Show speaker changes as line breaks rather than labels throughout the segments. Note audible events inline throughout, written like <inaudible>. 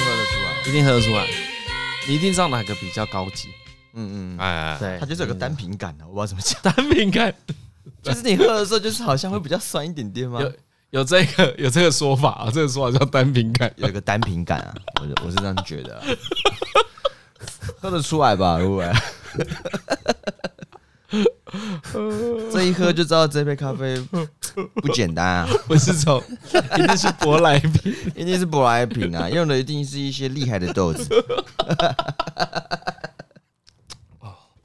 一定喝得出来，你一定知道哪个比较高级。
嗯嗯，
哎，
对
它，就是有个单品感啊，我不知道怎么讲，
单品感
<laughs> 就是你喝的时候，就是好像会比较酸一点点吗？
有有这个有这个说法
哦
啊，这个说法叫单品感。
有一个单品感啊，我我是这样觉得、啊， <laughs> 喝得出来吧，如果 <laughs> 这一喝就知道这杯咖啡不简单啊，
<laughs> 不是从，一定是舶来品。
一定是舶来品啊，用的一定是一些厉害的豆子。 <laughs>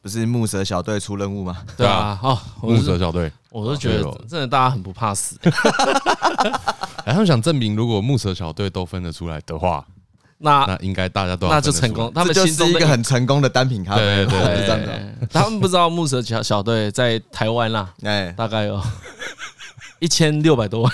不是木蛇小队出任务吗？
<laughs>
对
对
啊
啊，哦，我
木
是
蛇小队，
我是觉得
哦对哦
真的大家很不怕死，
<laughs> 哎，他们想证明，如果木蛇小队都分得出来的话，
那
<laughs> 那啊应该大家都要
啊那就
分得出
成
来 <laughs>
功，。他们
这就
心
是
中
一
的
个很成功的单品咖啡，
对对对
<laughs> 是这样的。
对 <laughs> 他们不知道木蛇小小队在台湾啦，
哎，
大概
<laughs>
有一千六百多万。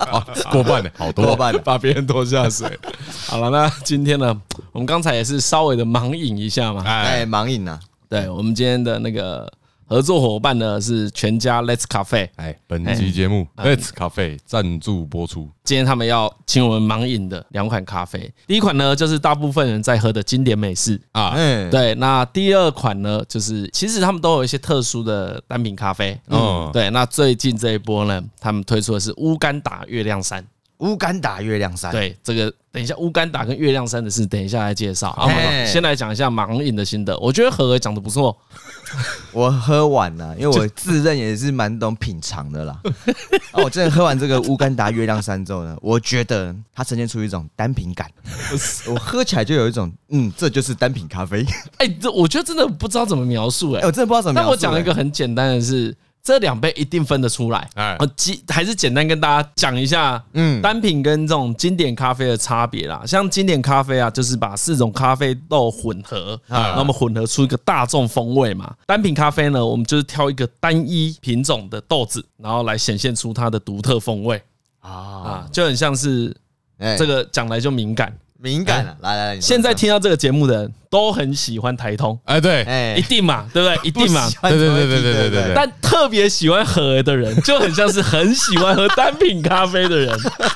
啊，过半的好多，
过半了
<laughs> 把 <laughs> 别人拖下水。
<laughs> 好了，那今天呢，我们刚才也是稍微的盲饮一下嘛。
哎，
哎，盲饮啊，
对，我们今天的那个合作伙伴呢是全家 Let's Cafe，
哎，本期节目 Let's 咖啡赞助播出。
今天他们要请我们盲饮的两款咖啡。第一款呢就是大部分人在喝的经典美式，
啊，
哎，
对。那第二款呢就是其实他们都有一些特殊的单品咖啡，
嗯
嗯，对。那最近这一波呢，他们推出的是乌干达月亮山。
乌干达月亮山，
对，这个等一下乌干达跟月亮山的事，等一下来介绍。好，我
哎
们先来讲一下盲饮的心得。我觉得何何讲的不错，
我喝完了，因为我自认也是蛮懂品尝的
<laughs>
啦。啊，我真的喝完这个乌干达月亮山之后呢，我觉得它呈现出一种单品
<laughs>
感，我喝起来就有一种，嗯，这就是单品咖
<laughs>
啡。
哎，这我觉得真的不知道怎么描述哎、
哎，我真的不知道怎么
但
描述欸。
我讲一个很简单的是，这两杯一定分得出来。
哎
我基还是简单跟大家讲一下，嗯，单品跟这种经典咖啡的差别啦。像经典咖啡啊，就是把四种咖啡豆混合，
啊
那么混合出一个大众风味嘛。单品咖啡呢，我们就是挑一个单一品种的豆子，然后来显现出它的独特风味
啊，
啊，就很像是
哎，啊
这
这个
个讲来就敏感。
敏感了，来来来，你说
现在听到这个节目的人都很喜欢台通，
哎，对，
哎
一，定嘛，对不
<laughs>
对？一定嘛，
不喜欢
对对
才会
对
听
对对对
不
对
但特别喜欢喝的人，就很像是很喜欢喝单品咖啡的
<laughs>
人，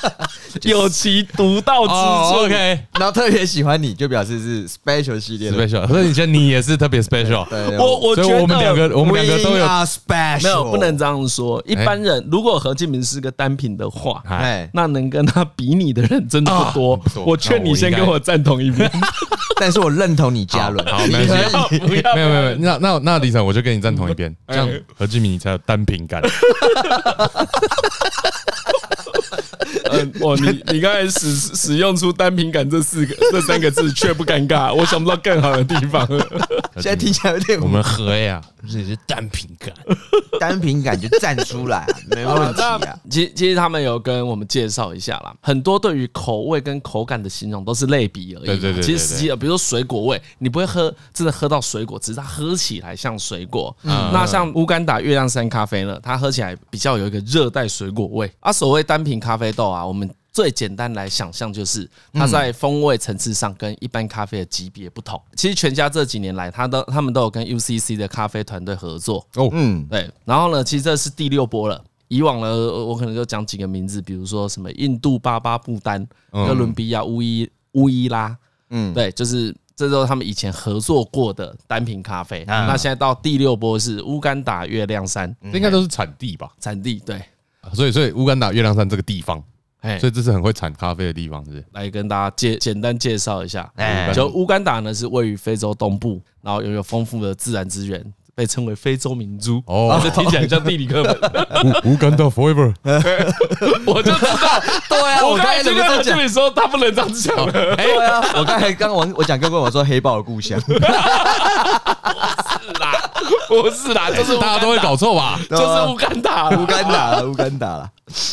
<laughs> 有其独到之处。
哦，OK。
然后特别喜欢你，就表示是 special 系列的。
special，所以你觉得你也是特别 special，
对
<laughs> 我我觉
所以
得
我们两个哦我们两个都有
We are special，
没有不能这样说。一般人如果何敬明是个单品的话，
哎，
哎，
那能跟他比拟的人真的不多
啊不。多
我劝你先跟我站同一
<laughs>
边， <laughs>
<laughs> 但是我认同你嘉伦，
好，
<laughs>
没关系，
不要
没有没有没有，那那那李晨，我就跟你站同一边，这样何志明你才有单品感。
嗯，哦，你你刚才使使用出“单品感”这四个这三个字，却不尴尬，我想不到更好的地方了。
现在听起来有点
我们啊喝呀， <laughs> 这是单品感。
单品感就站出来啊，没问题啊。 <laughs>
其实其实他们有跟我们介绍一下啦，很多对于口味跟口感的形容都是类比而已嘛。
对对对对对
其实实际的，比如说水果味，你不会喝真的喝到水果，只是它喝起来像水果。
嗯
那像乌干达月亮山咖啡呢，它喝起来比较有一个热带水果味。啊，所谓单品咖啡豆啊，我们。最简单来想象就是它在风味层次上跟一般咖啡的级别不同。其实全家这几年来，它都他们都有跟 UCC 的咖啡团队合作，
哦
嗯，
对，然后呢，其实这是第六波了。以往呢，呃我可能就讲几个名字，比如说什么印度、巴巴布丹、哥伦比亚、乌伊乌伊拉，嗯，对，就是这都是他们以前合作过的单品咖啡。
啊
那现在到第六波是乌干达月亮山
这应该都是产地吧？
产地，对，
所以所以乌干达月亮山这个地方，
哎
所，以这是很会产咖啡的地方，是不是？
来跟大家介简单介绍一下，
哎
就乌干达呢是位于非洲东部，然后拥有丰富的自然资源，被称为非洲明珠。
<laughs>
哦，
这听起来很像地理课本，
乌乌干达 forever。
<laughs> 我就知道。
<laughs> 对啊，
我
我
刚
刚
才
才
就
怎
跟
么
何
在
志
讲？
明说，他不能这样子讲了。
对啊，我刚才刚我我讲跟我说黑豹的故 <laughs> 乡，
是啦，不是啦，就是
大家都会搞错吧？
乌
啊
干，哎就是乌干达啦。
乌干达了，乌干达了。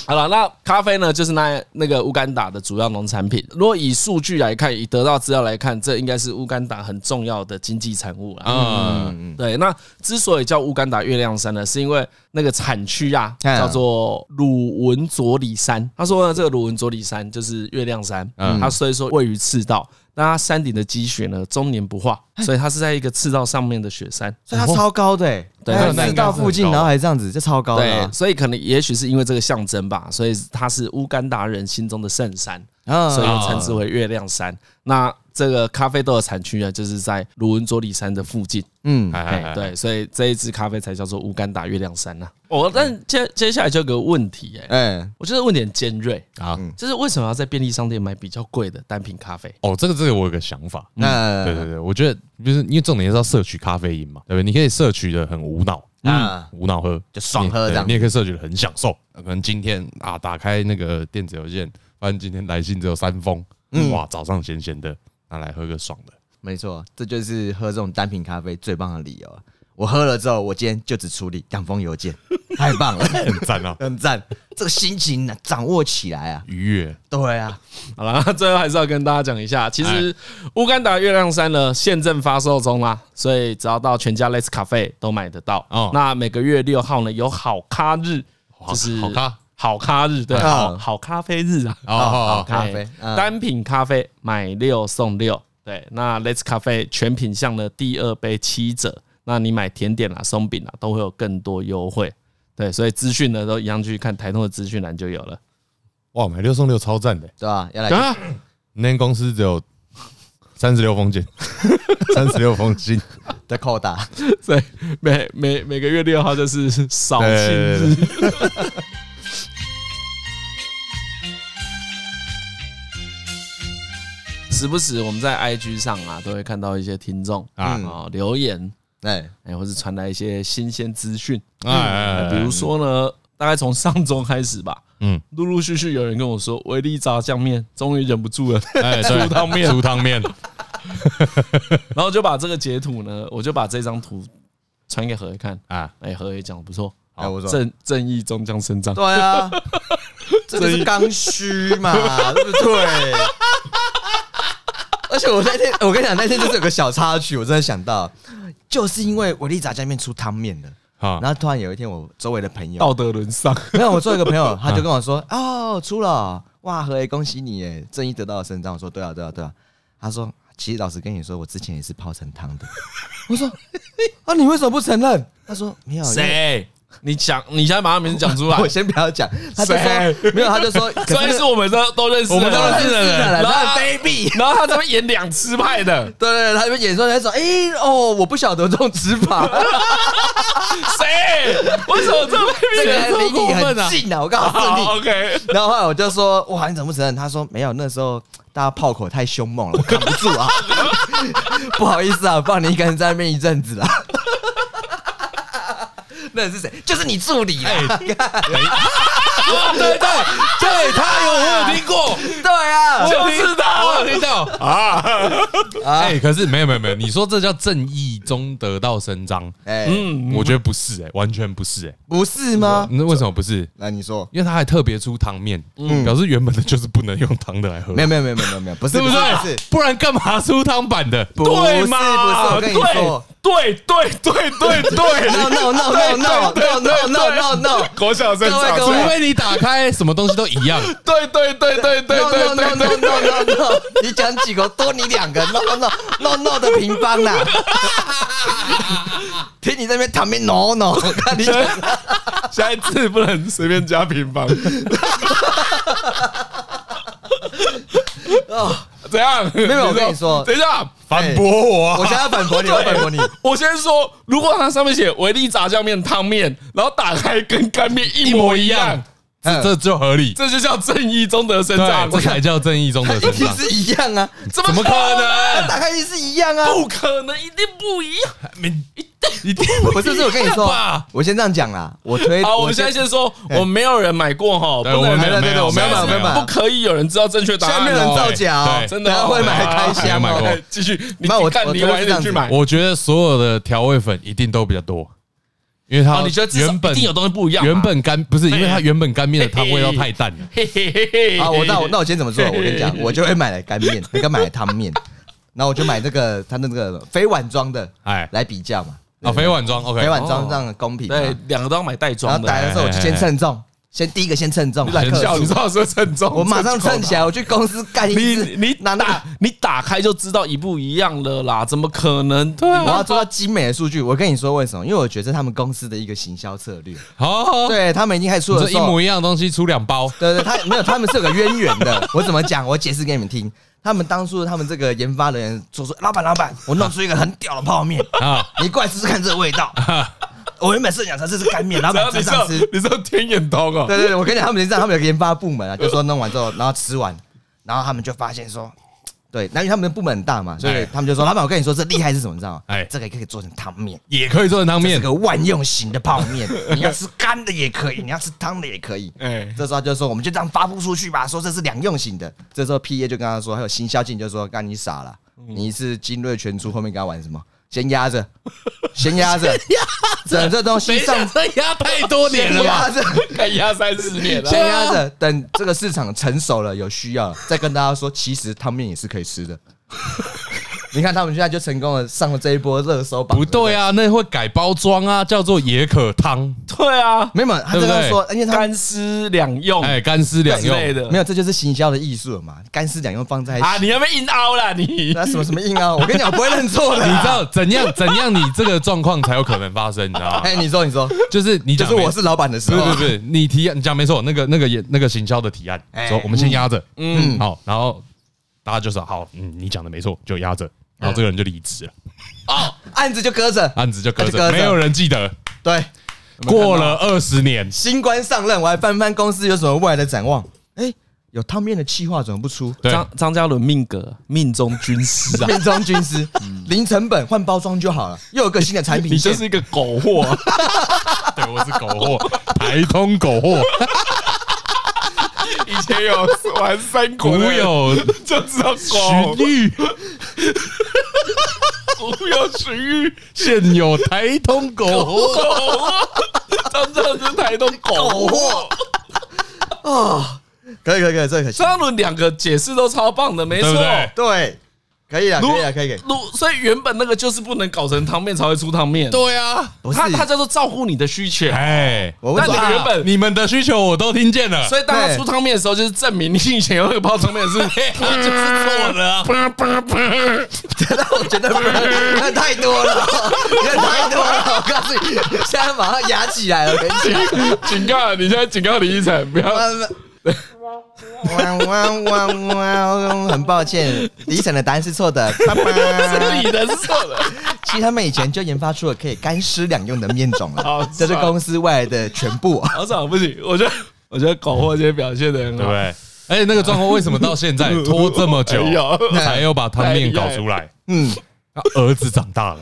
好了，那咖啡呢，就是那那个乌干达的主要农产品。如果以数据来看，以得到资料来看，这应该是乌干达很重要的经济产物啊。
啊，
对，那之所以叫乌干达月亮山呢，是因为那个产区啊 <laughs>
嗯
叫做鲁文佐里山。他说呢，这个鲁文佐里山就是月亮山，它虽说位于赤道，但它哎山顶的积雪呢终年不化，所以它是在一个赤道上面的雪山。
所以它超高的欸，
对
还有
那
赤
应该
道
是很
附近，
高
然后还这样子，这超高的
对
啊，
所以可能也许是因为这个象征吧，所以它是乌干达人心中的圣山，
啊！
所以又称之为月亮山。那这个咖啡豆的产区呢，啊就是在卢文佐里山的附近。
嗯，
<laughs> 哎哎
哎，
哎，
对，所以这一支咖啡才叫做乌干达月亮山呐。哦，但接接下来就有个问题，哎，
哎，
我觉得问点尖锐，
啊，
嗯
就是为什么要在便利商店买比较贵的单品咖啡？
哦，这个这个我有个想法，
嗯那
对对对，我觉得就是因为重点是要摄取咖啡因嘛，对不对？你可以摄取的很无脑，
啊
嗯，无脑喝
就爽喝这样
对你也可以摄取的很享受。可能今天啊，打开那个电子邮件，发现今天来信只有三封，
嗯
哇，早上咸咸的，拿来喝个爽的。
没错，这就是喝这种单品咖啡最棒的理由啊。我喝了之后，我今天就只处理两封邮 <laughs> 件，太棒了，
很
<laughs>
赞啊，
很赞！这个心情呢，掌握起来啊。
愉悦
对啊，
好啦， <laughs> 最后还是要跟大家讲一下，其实
哎
乌干达月亮山呢现正发售中啦，所以只要到全家 Let's Cafe 都买得到。
哦
那每个月六号呢有好咖日，
好
就是
好咖
好咖日，对，
嗯
好好咖啡日啊。
哦好
哦
咖啡
哎
嗯
单品咖啡买六送六，对，那 Let's Cafe 全品项的第二杯七折，那你买甜点啦、松饼啦都会有更多优惠。对，所以资讯呢都一样去看台通的资讯栏就有了。
哇，买六送六超赞的。
对吧？要来
啊，那天公司只有三十六封 <laughs> 件，三十六封信，
再扣打，
所以每每每个月六号就是扫兴日。
对对对
<laughs> 时不时我们在 IG 上啊，都会看到一些听众啊、
啊
哦留言，
哎，
哎、或是传来一些新鲜资讯。
哎哎
嗯
哎
比如说呢，大概从上周开始吧，
嗯，
陆陆续续有人跟我说，维力炸酱面终于忍不住了， <laughs>
哎，猪汤面，猪汤面，
然后就把这个截图呢，我就把这张图传给何爷看，
啊，
哎、何爷讲得不错，
哎，我说，
正正义终将伸张。
对啊，这就是刚需嘛，对不对？ <laughs> 而且我那天，我跟你讲，那天就是有个小插曲，我真的想到，就是因为维力炸酱面出汤面了，
好
然，后突然有一天，我周围的朋友
道德沦丧，
没有，我做一个朋友，他就跟我说：“哦，出了，哇，何爷恭喜你耶，正义得到了伸张。”我说：“对啊，对啊，对啊。”他说：“其实老实跟你说，我之前也是泡成汤的。”我说：“啊，你为什么不承认？”他说：“没有。”
谁？你讲，你现在把他名字讲出来
我，先不要讲，他就说
谁
没有，他就
<laughs>
说，
所以是我们都都认识的，
我们都认识
是的，
然后
他
他
很卑鄙。
然后他这边演两次派的，
<laughs> 对对，对他们演说那种，哎、哦，我不晓得这种指
<laughs>
法，
谁？为什么这么
这个人
这么
离
过
你
分
很
啊？
近啊！我告诉你
好，，OK，
然后后来我就说：“哇，你怎么不承认？”他说：“没有，那时候大家炮口太凶猛了，我 <laughs> 扛不住啊，不好意思啊，放你一个人在那边一阵子啊。” <laughs> 那人是谁？就是你助理啊！
哎
哎对对对，他有我有听过，
对啊，
就是他。
哦听到啊！哎，可是没有没有没有，你说这叫正义中得到伸张？
哎、
嗯，
我觉得不是，哎，完全不是，哎，
不是吗？
那为什么不是？
那你说，嗯
因为他还特别出汤面，表示原本的就是不能用汤的来喝，
没有没有没有没有没有，不是
对不
不
对
是？
不然干嘛出汤版的？
不
对
是不是，
嘛？
我跟
对
你说。
对对对对对
No no no no no no no no no no！
国小生
各位各
除
位
非你打开什么东西都一样，
对对对对对
no
对
no
对
no
对，
no no no no！你讲几个多你两个 no no no no 的平方啦。听你那边旁边 no no，我看你讲
现在字不能随便加平方。
哦，
怎样？没
有我跟你说
等一下，
反驳我
我
啊！
现在要反驳你，我要反驳你。
我先说，如果它上面写维力炸酱面汤面，然后打开跟干面一模一样，
这这就合理，
这就叫正义中德伸张
对，。这才叫正义中的
一
伸
定
张。
是一样啊，
怎
怎么可？能？
打开一定是一样啊。
不可能，一定不一样。
一定
不是，不是我跟你说
吧，
我先这样讲啦。我推，
好，我现在先说，我们没有人买过哈，不
对，我们
能
没有没有
我没有买我没有买
不可以有人知道正确答
下
案
面人
哦。
造假哦
对，
真的哦
等下会买开
没有
箱
买
哦
过。
哎继续，你
那我
看
我
你
我
晚
是
一
这
点
样
去
子
买。
我觉得所有的调味粉一定都比较多，因为它
哦，你觉得至少
原本
一定有东西不一样嘛？
原本干不是，因为它原本干面的汤
嘿嘿
味道太淡了。
嘿嘿嘿嘿
啊，我那我那我今天怎
<laughs>
么做？我跟你讲，我就会买来干面，那个买来汤面，然后我就买这个他那个非碗装的，
哎，
来比较嘛。
啊，肥碗装
每
OK，
碗装这样公平嘛。
哦
对两个都要买袋
然
装
后
的
打，的时候我就先称重，先第一个先称重，
很
克
笑，
数
你知道是称重，
我马上
称
称起来，我去公司干一
你
次。
你
拿那个
打你打开就知道一不一样了啦，怎么可能？对
啊我要做到精美的数据。我跟你说为什么？因为我觉得这是他们公司的一个行销策略。
好好，好
对他们已经开始出
哦
了
你这一
售后
模一样的东西出两包，
对对，他没有，他们是有个渊源的。我怎么讲？我解释给你们听。他们当初他们这个研发人员说说，老板老板，我弄出一个很屌的泡
<laughs>
面
啊
啊，你过来试试看这个味
<laughs>
道。我原本是想尝试是干面，老
然
板
后你
真
知
想
道 <laughs>
吃。
你知道天眼通哦，
对对对，我跟你讲，他们就这样，他们有个研发部门啊，就说弄完之后，然后吃完，然后他们就发现说，对，那因为他们的部门很大嘛，所以
哎
他们就说，老板，我跟你说，这厉害是什么，你知道吗？
哎
哎，这个可以做成汤面。
也可以做成汤
这是
面，
个万用型的泡
<laughs>
面，你要吃干的也可以，你要吃汤的也可以。
哎，
这时候他就说我们就这样发布出去吧，说这是两用型的。这时候 P A 就跟他说，还有行销进就说干你傻了，
嗯
你是精锐全出，后面跟他玩什么？先压着，先压
<laughs>
着，等这东西
谁
上
想，这压太多年
先 <laughs>
了
压？
吧
<laughs>
着，
该压三四年
啊
了，
先压着，等这个市场成熟了，有需要了再跟大家说，其实汤面也是可以吃
<laughs>
的。你看他们现在就成功了，上了这一波热搜榜。
不对啊，那会改包装啊，叫做野可汤，
对啊，
没有，没有，他就
对不对
是说，因为他们
干湿两用
哎，干湿两
之类
用，
<laughs>
的
没有，这就是行销的艺术了嘛，干湿两用放在一起。
啊，你要不要硬凹啦你？
那什么什么硬啊！ <laughs> 我跟你讲，我不会认错的
你
<laughs>
啊。
知道怎样怎样你这个状况才有可能发生，你知道吗？
哎，你说，你说，
就是你
就
讲
是
没
我是老板的时
不
候
是
啊，
不是不是，你提案你讲没错，那个那个也那个行销的提案，
哎
说我们先压着，嗯，
嗯
好，然后大家就说好，嗯，你讲的没错，就压着，然后这个人就离职了，
<laughs> 啊案子就搁着。
啊
案子就搁
那就搁
着，
着
没有人记得。
对，
过了二十年，
新官上任，我还翻翻公司有什么未来的展望。哎，有汤面的企划怎么不出？
对，
张张嘉伦命格命中军师啊，嗯
命中军师，零成本换包装就好了，又有个新的
<laughs>
产
你
品
就
线。
是一个狗货啊，
<laughs> 对，我是狗货，台通狗货，
<laughs> 以前有玩三
古
国的人
<laughs> 有
就知道狗
荀， <laughs> 彧，
古有荀彧，
现有台通狗 <laughs> 货。
狗啊，张嘉伦就是台东狗货。
货啊！可以可以可以，这个可以。
张嘉伦两个解释都超棒的，没错
对不。对
对，可以啊，可以啊，可以可以。
如所以原本那个就是不能搞成汤面才会出汤面，
对啊，
不是
它它叫做照顾你的需求。
哎，
我
但
问
你
说
啊
原本
你们的需求我都听见了，
所以当他
对
出汤面的时候，就是证明你以前有那个包汤面 <laughs> 是他就是错 <laughs> 的啊。
我觉得不能那太多了，那太多了。我告诉你，现在马上压起来了，我跟你讲。
警告你，现在警告李一晨，不要
汪汪汪汪！很抱歉，李晨的答案是错的。爸
是
爸，
<laughs> 你的是错的。
其实他们以前就研发出了可以干湿两用的面种
好
了，这是公司外的全部。 <laughs>
好爽，不行，我觉得我觉得搞货今天表现的很
对
好
不。对？哎，那个状况为什么到现在拖这么久
哎呦
才又把汤面搞出来？
嗯，
他儿子长大了，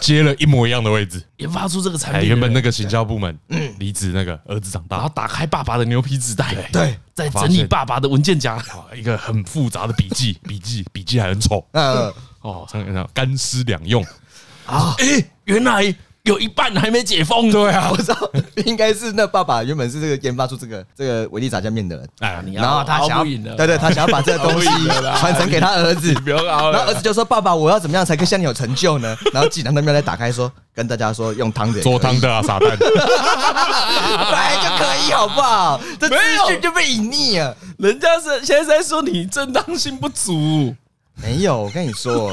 接了一模一样的位置。
研发出这个产
哎，
品，
原本那个行销部门离职，那个儿子长
然
大
后，打开爸爸的牛皮纸袋，
对，
再整理爸爸的文件夹，
好一个很复杂的笔记，笔记笔记还很丑
呃，
哦，上面讲干湿两用，
哎，原来有一半还没解封。对啊
我，知道，应该是那爸爸原本是这个研发出这个这个维力炸酱面的人，
哎，你
然后他
熬
想
不赢了
要，对对，他想要把这个东西传承给他儿子。
不要熬
然后儿
了
子。就说：“爸爸，我要怎么样才可以像你有成就呢？”然后技能那边来打开说：“跟大家说，用汤的也可以
做汤的啊，傻蛋，
本来就可以，好不好？这资
没有
讯就被隐匿了。
人家是现在在说你正当性不足，
没有，我跟你说，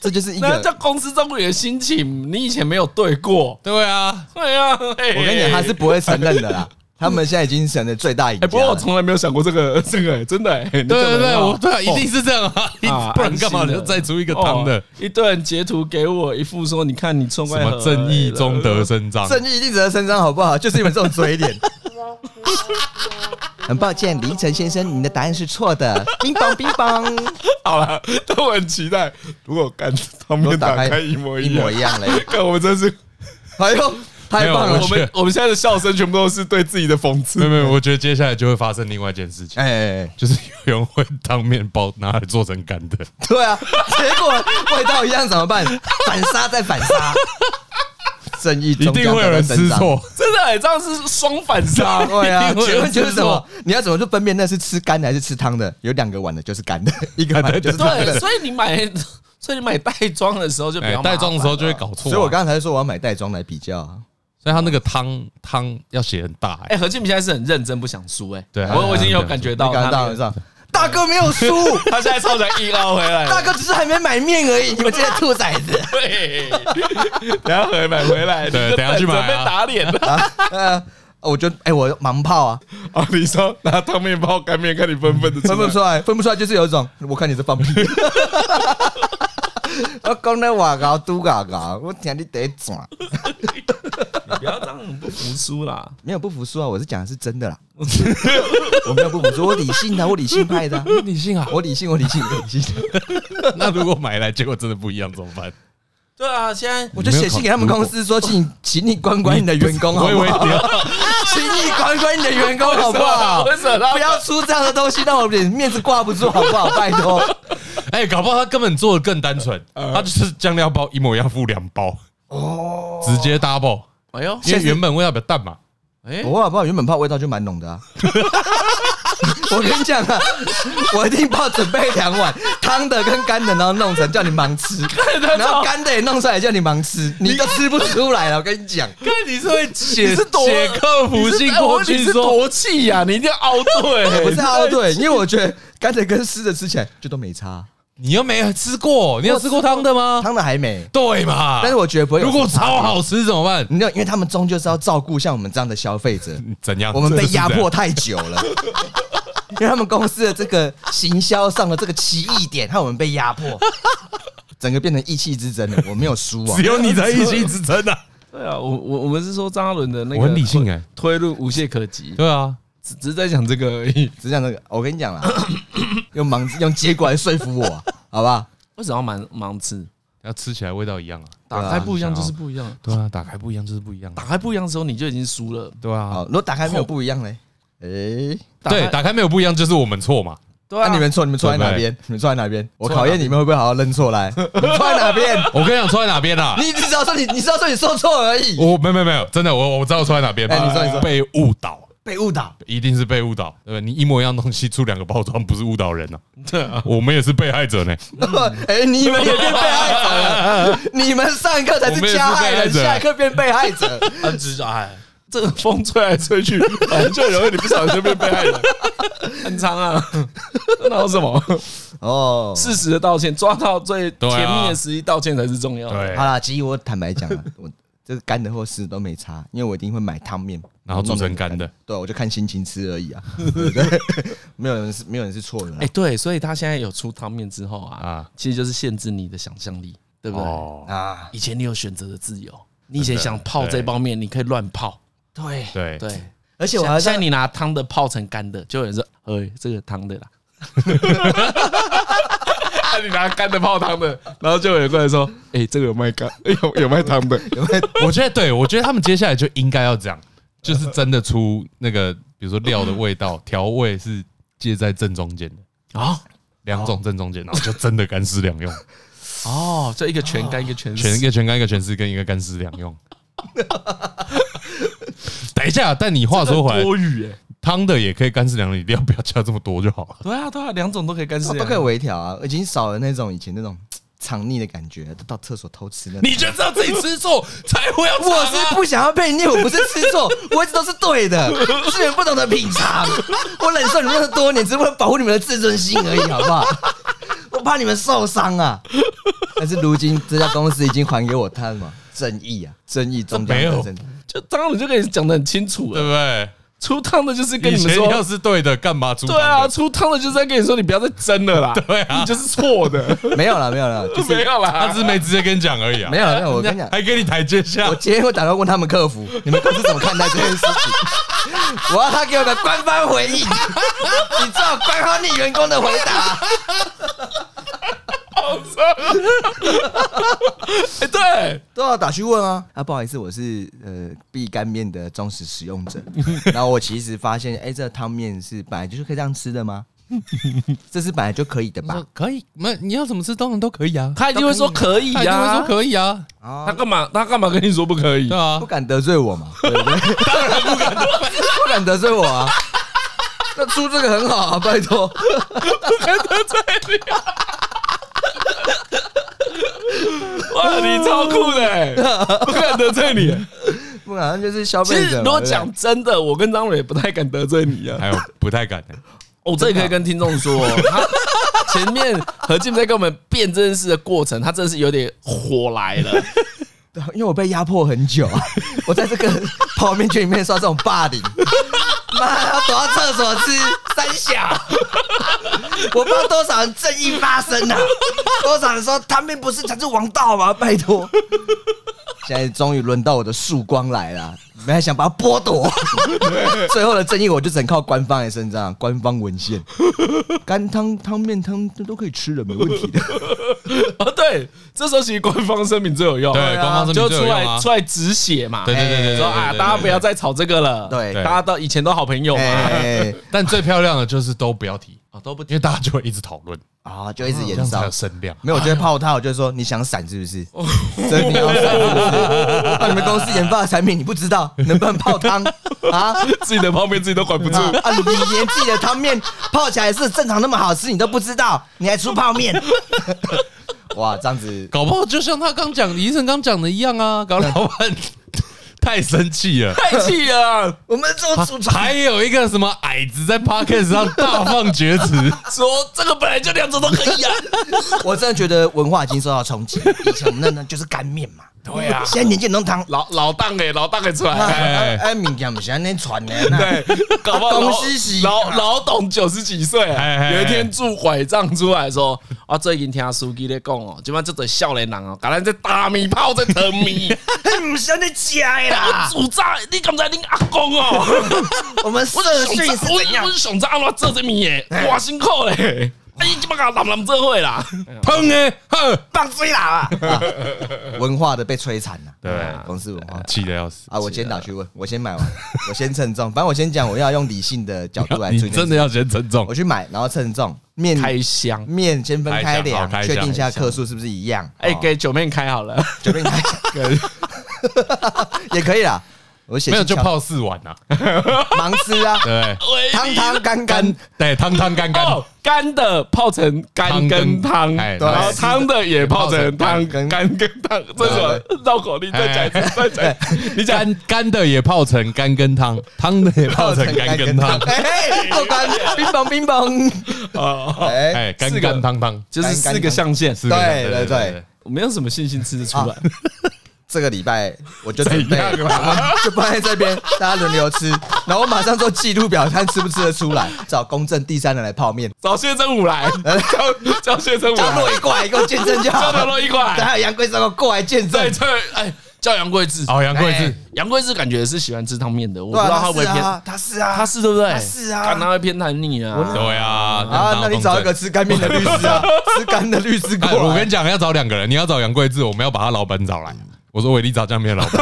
这就是一
那叫
个。
公司照顾你的心情，你以前没有对过。
<laughs> 对啊，
对呀，我
我跟你讲，他是不会承认的啦。他们现在已经成了最大赢
哎，
家
不过我
了。
从来没有想过这个
<laughs>
这个，哎真的。哎你
对对
讲得
对，
很好哦
我对啊，一定是这样啊， <laughs> 一
啊，
不然干嘛
安心
你
了
就再出一个汤的
哦？一堆人截图给我一副说，你看你冲
什
过来
么正义中得伸张？
正义一定者的伸张，好不好？就是你们这种嘴脸。很抱歉，黎晨先生，您的答案是错的。冰棒冰
<laughs>
棒，
好了，但我很期待，如果干他
我
们打开一模
一模
样，
一样嘞。
看我们真是，
哎呦，太棒了
没
嗯
有
我！们我们现在的笑声全部都是对自己的讽
没有
刺。
没有，我觉得接下来就会发生另外一件事情，
哎，
就是有人会当面包拿来做成干的。
<laughs> 对啊，结果味道一样怎么办？反杀再反杀，正义
一
终
定
将
会
得到
有人
伸
吃
张。
错，
真的、欸，这样是双反杀。
<laughs> 对啊，
<laughs>
<laughs> 一定会
请
有人
问就是
吃
什
错
么？你要怎么去分辨那是吃干的还是吃汤的？有两个碗的，就是干的； <laughs> 一个碗的就是汤
对，
<laughs> 的。
所以你买， <laughs> 所以你买袋装的时候就不
哎
要，麻烦
袋装的时候就会搞错啊。
所以我刚才说我要买袋装来比较啊，
所以它那个汤汤要写很大、欸，
哎，何建明现在是很认真，不想输，哎，
对啊他
我我已经有
他
感觉到
你
他
感
那
到
个
了是吧？大哥没有输，
<laughs>
他现在超想硬凹回来，
<laughs> 大哥只是还没买面而已。你们这些兔崽子！
<laughs>
对，等下回买回来，
对
你就
等下去买
准
啊
备打脸了。 <laughs>
呃，我就哎，我盲炮啊，
哦，你说拿汤面包干面，看你分不分的
<laughs> 分不出来，分不出来就是有一种，我看你是放屁。 <laughs> 我讲的话搞都搞搞，我听你得转，
你不要当很不服输啦，
没有不服输啊！我是讲的是真 <laughs> 的啦，我没有不服输，我理性的，我理性派的 <laughs> 啊，
理性啊。
我理性，我理性，我理 <laughs> 性。
<laughs> 那如果买来结果真的不一样怎么办？
对啊，现在
我就写信给他们公司说，请请你管管你的员工好
我以
不
为
好？
你要
请你管管你的员工好不 <laughs> 好？
为什么
不要出这样的东西，让我脸面子挂不住好不好？拜托，
<laughs> 哎、搞不好他根本做的更单纯，
呃
他就是酱料包一模一样付两包哦，直接 double，
哎呦，
因为原本味道比较淡嘛。
哎，
我好不好？原本泡味道就蛮浓的啊。 <laughs> 我跟你讲啊，我一定泡准备两碗汤的跟干的，然后弄成叫你盲吃，然后干的也弄出来叫你盲吃，你都吃不出来了。我跟你讲，
<laughs>
哎
看你是会
你
写
是多
写客服信过去
你是
说
多
气呀，你一定要凹 <laughs> 对
不是啊，对，因为我觉得干的跟湿的吃起来就都没差，
你又没吃过，你有吃过汤的吗？
汤的还没。
对嘛？
但是我觉得不会有
啊如果
什么差别
超好吃怎么办？
你知道，因为他们终究是要照顾像我们这样的消费者，
怎样？
<laughs> 我们被
这是
压
怎样
迫，太久了， <laughs> 因为他们公司的这个行销上的这个奇异点，害我们被压 <laughs> 迫，整个变成意气之争了。我没有输啊
只，有你才一气之争啊！
对啊，我我我们是说张嘉伦的那个，
我很理性哎
推论无懈可击，
对啊，
只只是在讲这个而已。
只讲这个。我跟你讲啦， <laughs> 用盲用结果来说服我啊，好吧？
为什么要盲盲吃？
要吃起来味道一样啊。
打开不一样就是不一样，
对啊，打开不一样就是不一样。啊
打开不一样之后你就已经输了。
对
<laughs>
啊
好，，哦如果打开没有不一样嘞，诶，
打开
对，打开没有不一样就是我们错嘛。
对
那
啊，
你们错，你们错在哪边？你们错在哪边？我考验你们会不会好好认错来？你们错在哪边？
我跟你讲错在哪边啊？
你只知道说你，你知道说你说错而已，
我没有没有没有，真的我我知道错在哪边。
哎你说你说
被误导。
被误导。
一定是被误导，对不对？你一模一样东西出两个包装，不是误
<laughs>
导人呐、
对 <laughs> 啊，
我们也是被害者呢。
哎、你们也变被害者了，你们上一刻才是加害人，下一刻变被害者。
很直哎，这个风吹来吹 <laughs> 去，反正就容易你不
啊
小心变被害人，很长啊。 <laughs> 那有什么？
<laughs> 哦，
事实的道歉，抓到最
对啊
甜蜜的时机道歉才是重要的。
对
好，啦，其实我坦白讲啊， <laughs> 我这个干的或湿的都没差，因为我一定会买汤面，
然后做成干的。
对，我就看心情吃而已啊。 <laughs> 对没有人是没有人是错的啦
哎、。对，所以他现在有出汤面之后啊，
啊
其实就是限制你的想象力，对不对？
<laughs> 哦，
啊，
以前你有选择的自由，你以前想泡这方面，你可以乱泡，
哎对，
对，
对。
而且我还
现
在
在你拿汤的泡成干的，就有人说：“哎，这个汤的啦。” <laughs> 啊，你拿干的泡汤的，然后就有人过来说：“哎，这个有卖干，有有卖汤的。
我觉得对，我觉得他们接下来就应该要这样，就是真的出那个，比如说料的味道、调味是介在正中间的，”
哦
两种正中间，然后就真的干湿两
<laughs>
用，
哦，就一个全干，一个全
全一
湿。
个全干一个全湿跟一个干湿两
<laughs>
用。等一下，但你话说回来，
多余哎，
汤的也可以干湿两用，你料不要加这么多就好
<laughs>
了。
对啊对啊，两种都可以干湿
都，可以微调啊，已经少了那种以前那种藏匿的感觉，都到厕所偷吃那种。
你就知道自己吃错才会啊要
我是不想要被虐，我不是吃错，我一直都是对的，是你们不懂得品尝。我忍受你们那么多年，只是为了保护你们的自尊心而已，好不好？我怕你们受伤啊！但是如今这家公司已经还给我他什么正义啊，正义终将得正。
就当然就可以讲的很清楚
对
了。
不对？
出汤的就是跟
以
你们
前要
说，
是对的，干嘛出
对啊，
汤的？
出汤的就是在跟你说，你不要再争了啦，
对啊
你就是错的，
没有了，啊没有了，就是
<laughs> 没有啦， <laughs>
他只是没直接跟你讲而已啊，
没有了。没有了我跟你讲，
还给你台阶下
我。今天会打算问他们客服，你们公司怎么看待这件事情？ <laughs> 我要他给我个官方回应，你最好管好你员工的回答。
哎对。
都要打去问啊！啊，不好意思，我是呃必干面的忠实使用者。 <laughs> 然后我其实发现，哎、这汤面是本来就是可以这样吃的吗？ <laughs> 这是本来就可以的吧？
可以，没你要怎么吃当然都可以啊。
啊他一定会说可以哦
他一定会说
呀，
可以啊，
他干嘛他干嘛跟你说不可以 <laughs>
对？啊
不，敢得罪我嘛？ <laughs> 对不对？ <laughs> 不敢得罪我啊！那出这个很好啊，拜托，
<laughs> <laughs> 哇，你超酷的欸，不敢得罪你，
不不然就是消
其
费
实
者嘛。
如
对
果
不对
讲真的，我跟张蕊不太敢得罪你啊。
还有哎不太敢的，
我这里可以跟听众说，哦他前面何进在跟我们辩这件事的过程，他真的是有点火来了。
对， <laughs> 因为我被压迫很久
<laughs>
啊，我在这个泡面圈里面受到这种霸凌，妈要躲到厕所吃三小，
<laughs>
我不知道多少人正义发声呐、啊，多少人说他们不是才是王道吗？拜托，现在终于轮到我的曙光来了，你们还想把它剥夺？
<laughs>
最后的正义我就只能靠官方来伸张，官方文献，干汤、汤面、汤这都可以吃的，没问
<laughs>
题的。
<laughs> 哦，对，这时候其实官方声明最有用，
对，官方声
就
明最
出
有用
来
啊
出。来止血嘛。
对对对对，
说啊，大家不要
再。
再吵这个了。
对
大家到以前都好朋友嘛，
哎
但最漂亮的就是都不要提，
哦
啊都不
因为大家就会一直讨论，
啊、就一直
这
延
样才
烧
有。声量。
没有，我就会泡他，我就会说你想闪是不是？真的你要闪是不是？啊那你们公司研发的产品你不知道，能不能泡汤啊？
<laughs> 自己的泡面自己都管
<laughs>
不住。
啊啊！你连自己的汤面泡起来是正常那么好吃，你都不知道，你还出泡面？哇，这样子
搞不好就像他刚讲，李医生刚讲的一样啊，搞老板 <laughs> 太生气了。
太气了！
我们做主场
<laughs> 还有一个什么矮子在 podcast 上大放厥词，
<laughs> 说这个本来就两种都可以啊，
我真的觉得文化已经受到冲击。以前我们那那就是干面嘛，对呀、现在年轻人都汤老
老老当给老当给欸出
啊
<laughs>
来，
哎哎，物件不是安尼传的，那
对，搞不好
东
老
施洗啊
老老董九十几岁
哎哎
啊，
哎
有一天拄拐杖出来说，啊，最近听书记咧讲哦，即摆这阵少年人哦，甲咱这大米泡在疼
<laughs>
米，
不是安尼吃的
啊，
啦。
主张你敢知恁阿公
<laughs>
哦，
我们
我
社
想
训是
知我
怎样
我？想知安怎做这米诶，哇辛苦嘞，
<laughs>
啊，伊即摆甲男男做伙啦，
砰哎，哼，
棒追啦、啊！文化的被摧残了，
对
公司文化
气得要死
啊！我先打去问，我先买完，我先称重，反正我先讲，我要用理性的角度来
啊你
追。
真的，要先尊重
我，去买，然后称重，面
开箱。
面先分开
开箱好
两，
开箱
确定一下克数是不是一样。
哎，
哦
给九妹开好了，
九面开
<laughs>
箱也可以啦。我写
没有
信
就
条
泡四碗
<laughs>
啊，
盲吃啊，
对，
喂
汤汤干
干
干，
对汤汤干干，
哦，干的泡成干跟汤，
哎
然后
对
汤的也泡成汤
干
干跟汤，这是我绕口令，再讲一次，再讲一次。你讲
干干的也泡成干羹汤，汤的也泡成干羹汤，
哎，好干，冰棒冰棒，
哦，
哎，
<laughs> 哎，干干汤汤，
就是四个象限，
四个人
对对对，
我没有什么信心吃得出来
啊。这个礼拜我就准备
怎样啊
<laughs>
啦
就放在这边，大家轮流吃，然后我马上做记录表，看吃不吃得出来，找公正第三人来泡面，
找谢真武来， <laughs> 叫叫谢
<laughs>
真武
叫
来，
洛伊过来给我见证就好
叫刘
了。
洛一过
等
来，
下杨贵妃给我过来见
对
证，啊
对，哎，叫杨贵志。
哦，杨贵
哎
妃，
杨贵志感觉是喜欢吃汤面的，我不
对
知道
啊，
他
他
会不会
是
偏，
啊，他是啊，
他是对不对？
他是啊
干他会偏袒你啊。
对啊，
啊，那你找一个吃干面的律师啊，吃干的律师过
哎，
来。
我跟你讲，要找两个人，你要找杨贵志，我们要把他老板找来。我说伟力炸酱面老
<laughs>
板，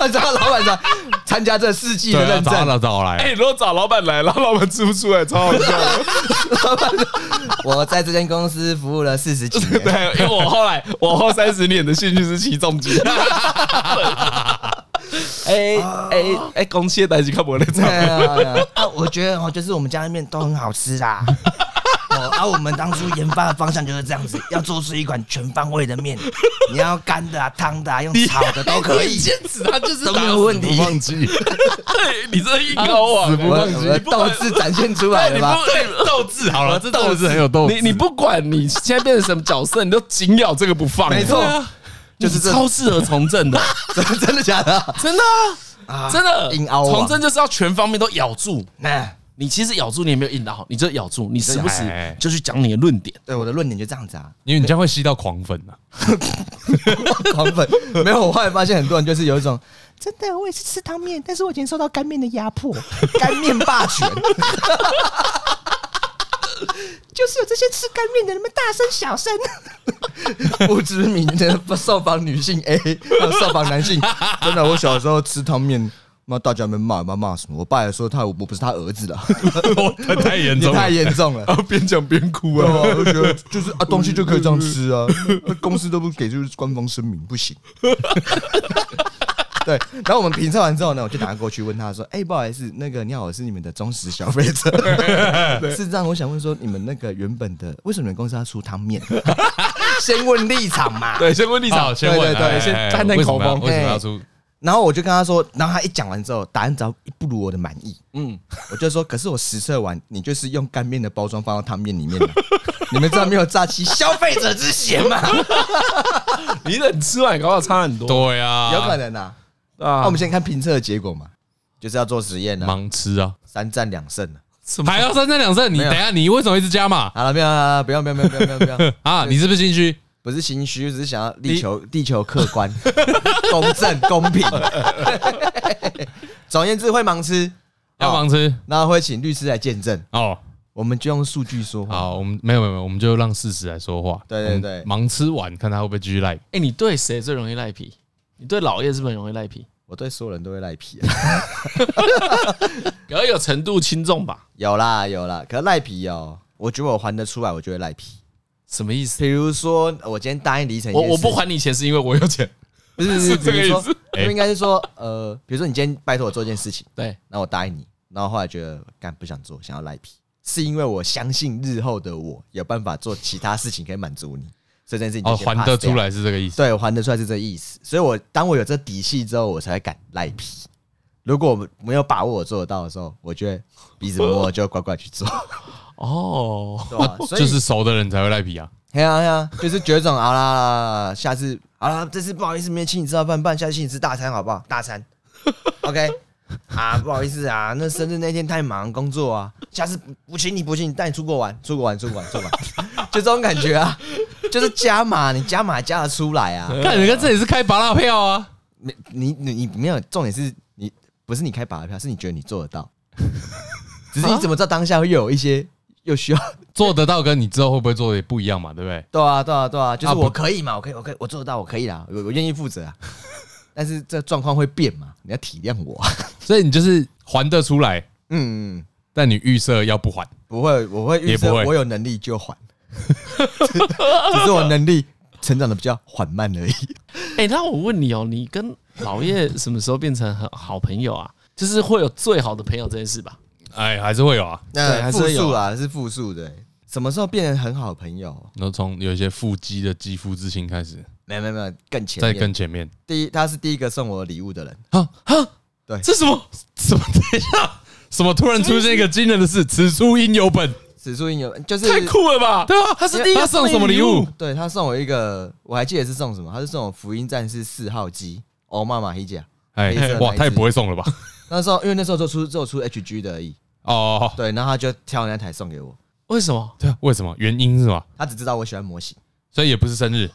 对，找老板长参加这世纪
对
的
啊，
认
找
证，
他找
哎，
来，
如果找老板来，然后老板吃不出来，超好笑的。
我在这间公司服务了四十几年。
<laughs> 对，因为我后来我后三十年的兴趣是起重机。哎哎哎，公司的代志看我的
对
菜。
啊，对啊啊我觉得哦，就是我们家那面都很好吃啦。 <laughs> 哦，啊，我们当初研发的方向就是这样子，要做出一款全方位的面，你要干的啊、汤的啊、用炒的都可以，
坚持他就是
都没有问题。
忘记，
对，你这硬凹啊！
死
我
不
我
忘记
的斗志展现出来
你
了吧？
<laughs>
不斗志
好了，这豆子很有豆
你你不管你现在变成什么角色，你都紧咬这个不放。
没错
对啊，
就是这
你超适合从政的，
真真的假
<laughs>
的？
真的啊，真的
硬凹啊
从政就是要全方面都咬住。
那
你其实咬住你也没有硬凹，你就咬住，你时不时
哎
就去讲你的论点。
对我的论点就这样子啊， <laughs>
因为你这样会吸到狂粉啊。
狂粉没有。我后来发现很多人就是有一种。真的，我也是吃汤面，但是我以前受到干面的压迫，干面霸权， <laughs> 就是有这些吃干面的人们大声小声， <laughs> 不知名的受访女性 A，还有受访男性，真的，我小时候吃汤面，妈大家没骂，妈骂什么？我爸也说他我不是他儿子了，
太太严
也
重了，
太严重
<laughs>
了。
后边讲边哭 <laughs>
对啊，我觉得就是啊，东西就可以这样吃啊，公司都不给，就是官方声明不行。对，然后我们评测完之后呢，我就打过去问他说：“哎、不好意思，那个你好，我是你们的忠实消费 <laughs> 者。事实上，我想问说，你们那个原本的为什么你们公司要出汤面？先问立场嘛。
对，先问立
好，
场，
先问，
对对对
哎
先
哎
探探
为什
口
么
风
哎
要为什么要出？
然后我就跟他说，然后他一讲完之后，答案只要一不如我的满意，
嗯，
我就说，可是我实测完，你就是用干面的包装放到汤面里面的，你们知道没有诈欺消费者之嫌吗？
你冷吃完搞不好差很多
对啊，
有可能啊。那、
啊
我们先看评测的结果嘛，就是要做实验呢、啊，
盲吃啊，
三战两胜啊。
什
还要三战两胜。你
没有
等一下，你为什么一直加码
好了，不要啦不要不要不要不要不要不 <laughs> 要，
啊？你是不是心虚？
不是心虚，只是想要力 <laughs> 求力求客观、公正、公 <laughs> 平。总而言之，会盲吃，
要盲吃
然后会请律师来见证，
哦。
我们就用数据说话。
好，我们没有没有没有，我们就让事实来说话。
对对
我们
对
盲吃完看他会不会继续赖。
哎，你对谁最容易赖皮？你对老叶是不是很容易赖皮？
我对所有人都会赖皮、啊
可能有程度轻重吧？
<laughs> 有啦有啦，可是赖皮哦，我觉得我还得出来，我就会赖皮。
什么意思？
比如说，我今天答应李晨，
我我不，还你钱是因为我有钱，
不是不 <laughs> 是
是这个
比如
意
说
思
就应该是说，呃，比如说你今天拜托我做一件事情，
<laughs> 对，
那我答应你，然后后来觉得干不想做，想要赖皮，是因为我相信日后的我有办法做其他事情可以满足你，所以这件事情就
哦，
先
还
pass
得出
掉。
来是这个意思。
对，我还得出来是这意思，所以我当我有这底气之后，我才会敢赖皮。如果我没有把握我做得到的时候，我就会鼻子摸，就乖乖去做，
哦，
对吧？所以
<laughs> 就是熟的人才会赖皮啊。
嘿啊嘿啊，就是绝种好啦好啦，下次好啦，这次不好意思没请你吃到饭，不然下次请你吃大餐好不好？大餐，OK 啊，不好意思啊，那生日那天太忙工作啊，下次不不请你不请你带你出国玩，出国玩出国玩出国玩，就这种感觉啊，就是加码，你加码加得出来啊，
看人家这里是开拔蜡票啊，
你你你你没有重点是你不是你开把的票，是你觉得你做得到，只是你怎么知道当下会又有一些又需要
做得到跟你之后会不会做的也不一样嘛，对不对？
对啊，对啊，对啊，就是
啊不
我可以嘛，我可以，我可以，我做得到，我可以啦，我我愿意负责啊。 <laughs> 但是这状况会变嘛，你要体谅我啊。
所以你就是还得出来，
嗯，嗯
但你预设要不还，
不会，我会预
也
设
不会
我有能力就还， <laughs> 只是我能力成长的比较缓慢而已。 <laughs>
哎，那我问你哦，你跟老叶什么时候变成很好朋友啊？就是会有最好的朋友这件事吧？
哎，还是会有啊。
对还是
复
会有
数啊，是复数的。什么时候变成很好的朋友？啊
然后从有一些腹肌的肌肤之亲开始，
没有没有没有，更前
再
面。
更前面，
第一，他是第一个送我礼物的人。
哈哈，
对
这什么什么？等一下，什么突然出现一个惊人的事？此处应有本，
史书英有，就是
太酷了吧？
对啊，
他是第一个
他送什么礼物？？
对他送我一个，我还记得是送什么，他是送我福音战士四号机。哦，妈妈，黑姐。黑色
哎
的，
哇，
那一
太
只
不会送了吧？
那时候因为那时候就出就出 HG 的而已，
哦，
对，然后他就挑那台送给我，
为什么？
对啊，为什么？原因是吧？
他只知道我喜欢模型，
所以也不是生日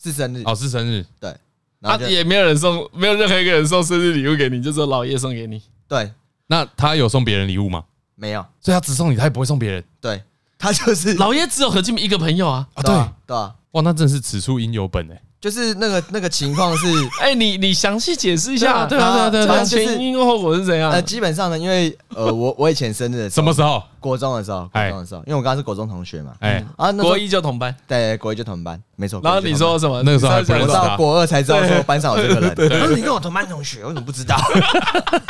是生日，
哦，是生日，
对，然
啊
后，就、
也没有人送，没有任何一个人送生日礼物给你，就说老叶送给你。
对，
那他有送别人礼物吗？
没有，
所以他只送你，他也不会送别人
对他就是
老叶只有何金明一个朋友啊。
啊。对
对，啊对啊，
哇，那真的是此处应有本哎。
就是那个那个情况
<laughs>
是，
哎，你你详细解释一下，
对啊对啊对啊对啊
他前因后果是怎样？
呃，基本上呢，因为呃，我我以前生日的时
什
候
么时
<laughs>
候？
国中的时候，国
哎
中的时候，因为我刚刚是国中同学嘛，
哎，
啊，那时候
国一就同班，
对国一就同班，没错，
然后
国一
你
就同班
说。什么？
那个时候还
你上
不
次
我
认
讲
识
说
他
到国二才知道说班上有这个人，他说你跟我同班同学，我怎么不知道？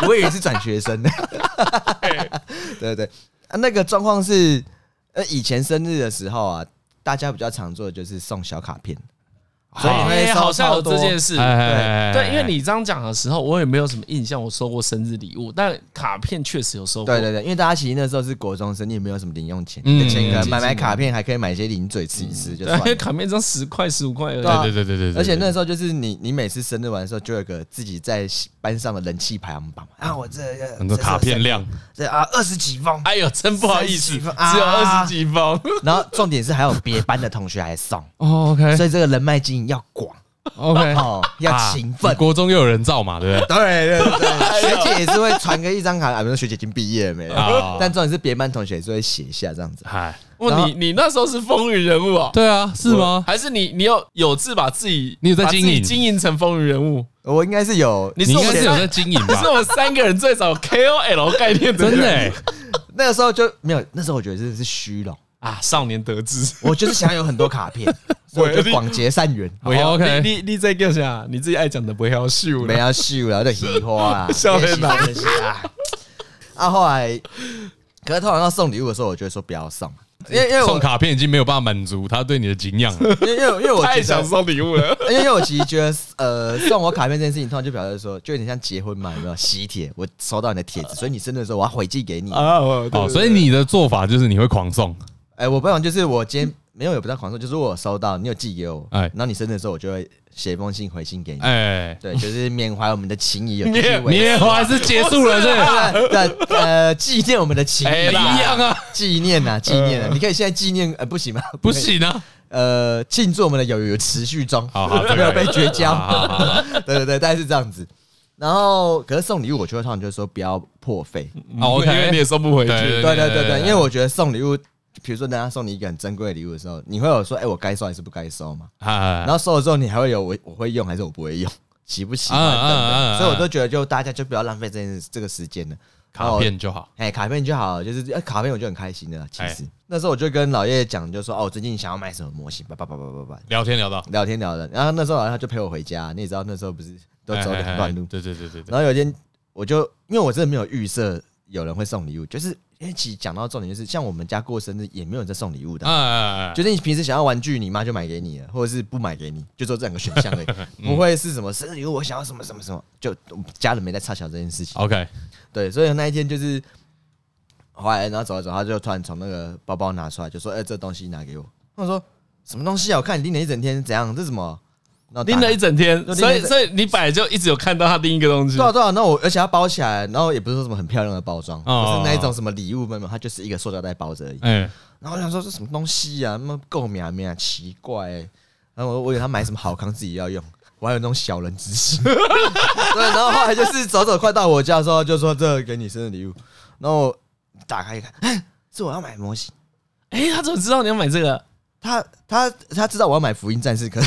我以为是转学生呢。对对对，啊那个状况是，呃，以前生日的时候啊，大家比较常做的就是送小卡片，所以你会
哎
收
好像
超
有
多
这。件事。
哎
对，因为你这样讲的时候，我也没有什么印象，我收过生日礼物，但卡片确实有收过。
对对对，因为大家其实那时候是国中生，你也没有什么零用钱，
嗯
你的钱可能买
嗯
买卡片，还可以买一些零嘴吃一吃，就
对，
算
因为
了。
卡片只要十块、十五块而已。
对啊
对对对对对对，
而且那时候就是你，你每次生日完的时候，就有个自己在班上的人气排行榜啊，我这个
很多卡片量，
这啊二十几封，
哎呦，真不好意
30
思，只
几
有
封啊
二十几封。
<laughs> 然后重点是还有别班的同学还送，
哦，OK
所以
哎
这个人脉经营要广
<laughs>
OK，
哦，
啊
要勤奋。
国中又有人造嘛，对不对？
对对对， <laughs> 学姐也是会传个一张卡，啊，比如说学姐已经毕业了没
哦
啊
有？但重点是别班同学也是会写一下这样子。
嗨，
哇，
然后
你你那时候是风云人物哦，
<laughs> 对啊，是吗？
还是你你有有志把自己
你有在
把自己
经营
经营成风云人物？
我应该是有，
你
你
是
应
我
该
们
<laughs> 是有
三
在经营
你是
吧？
我们三个人最早 KOL 概念的
真
人
的哎，
那个时候就没有，那时候我觉得真的是虚荣，
啊，少年得志。
我就是想要有很多卡
<laughs>
片，所以我就广结善缘。
我要 OK
你你你在干啥？你自己爱讲的不要秀
没
了。
要秀了，就喜欢
<laughs>
啊，
笑得很
啊。啊，后来，可是通常要送礼物的时候，我就会说不要送嘛，因为因为我
送卡片已经没有办法满足 <laughs> 他对你的敬仰了，
因为因为因为我
太
觉
想
得，
送礼物了。
因为因为我其实觉得，呃，送我卡片这件事情，通常就表示说，就有点像结婚嘛，有没有喜帖？我收到你的帖
呃
子，所以你生日的时候我要回寄给你。
啊，
哦，所以你的做法就是你会狂送，
哎、我不想就是我今天没有也不在狂送，就是我有收到你有寄给我，哎，
哎
然后你生日的时候我就会写一封信回信给你，
哎，
对，就是缅怀我们的情谊有继续维持
缅怀是结束了是？啊
对呃纪念我们的情
哎，
谊
一
啦，
样啊，
纪念啊纪念啊，你可以现在纪念呃不行吗？
不，行啊，
呃庆祝我们的友谊有持续中，
好好这个
没 <laughs> 有被绝交
好好好，
<laughs> 对对对，大概是这样子。然后可是送礼物，我就会通常就会说不要破费，
好
因为你
哦，OK，
也送不回去。
嗯对
对对对对，因为我觉得送礼物。比如说，人家送你一个很珍贵的礼物的时候，你会有说：“哎、我该收还是不该收嘛？”然
啊，
后收了之后，你还会有我我会用还是我不会用，喜不喜欢
啊啊
等
啊啊
等，所以我都觉得就大家就不要浪费这件这个时间了。
卡片就好，
哎，卡片就好了，就是哎卡片我就很开心的啦。其
哎
实那时候我就跟老叶讲，就说哦，我最近想要买什么模型，叭叭叭叭叭叭，
聊天聊到
聊天聊的。然后那时候好像他就陪我回家，你也知道那时候不是都走两段
哎哎哎
路。
对对对对对，
然后有一天我就因为我真的没有预设有人会送礼物，就是因为其实讲到重点就是，像我们家过生日也没有人在送礼物的啊，
啊，
就是你平时想要玩具，你妈就买给你了，或者是不买给你，就做这两个选项而已，
<laughs>
不会是什么生日礼物我想要什么什么什么，就家人没在插小这件事情。
OK，
对，所以那一天就是后来，然后走来走，他就突然从那个包包拿出来，就说：“哎、这东西拿给我。”我说：“什么东西啊？我看你拎了一整天，怎样？这是什么？”那
拎了一整天，
就拎
所
了一
以
整
所以你本来就一直有看到他拎一个东西
多，少多啊少，那我而且它包起来，然后也不是说什么很漂亮的包装，
哦
不是那一种什么礼物没有，它就是一个塑料袋包着而已。
哎，
然后我想说这什么东西啊，那么够苗苗，奇怪、欸。然后我我以为他买什么好康自己要用，我还有那种小人之心。 <laughs> 对，然后后来就是走走快到我家的时候，就说这给你生日礼物。然后我打开一看，哎是我要买模型。
哎，他怎么知道你要买这个？
他他他知道我要买福音战士，可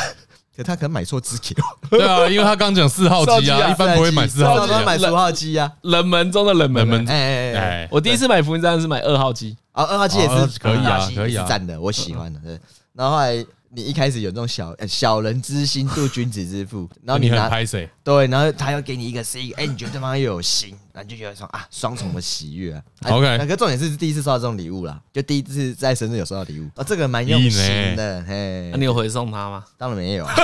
可他可能买错只给我，
对啊，因为他刚讲四
<laughs>
号机
四号机
啊，
啊
一般不会买四
他
号
知
机
道我要
啊，
买十五号机啊。
冷门中的冷门，
冷门
哎哎哎，
哎，
我第一次买福音战士是买二号机，
啊，二号机也
哦
是
可以啊嗯
二号机
可以
也
啊
是赞的，我喜欢的。对，然后后来你一开始有那种小呃小人之心度君子之
<laughs>
腹，然后
你
你
很
拿
拍谁？
对，然后他又给你一个是一个，哎，你觉得对方又有心，然后你就觉得说啊，双重的喜悦啊。啊
OK
那个重点是第一次收到这种礼物啦，就第一次在深圳有收到礼物，啊，这个蛮用
欸
心的，嘿
啊
那，你有回送他吗？
当然
<laughs>
没有啊。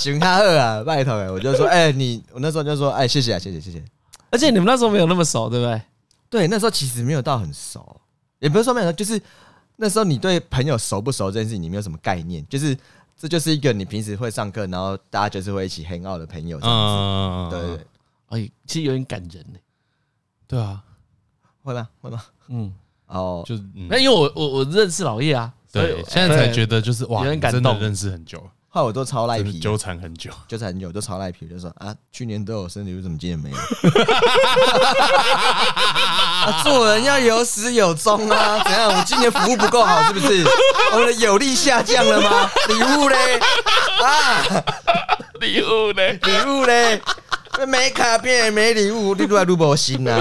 熊哈二啊，拜托哎，我就说哎，你我那时候就说哎，谢谢啊，谢谢谢谢。
而且你们那时候没有那么熟，对不对？
对，那时候其实没有到很熟，也不是说没有，就是那时候你对朋友熟不熟这件事情，你没有什么概念，就是这就是一个你平时会上课，然后大家就是会一起 hang out 的朋友这样子。
嗯，
对对对，
哎，其实有点感人呢。
对啊，
会吗？会吗？
嗯，
<laughs> 哦，
就嗯
那因为我我我认识老叶啊，哎所以
对，现在才觉得就是哇，
有点
你
感
真的
动
认识很久，
后来我都超赖
真的
皮，
纠缠很久。 <laughs>
就是很久都超赖皮，我就说啊，去年都有生日礼物，怎么今年没有？啊，做人要有始有终啊！怎样？我今年服务不够好，是不是？我们的有力下降了吗？礼物嘞，啊！
礼物呢。
礼物嘞，没卡片没礼物，你愈来愈无心啊，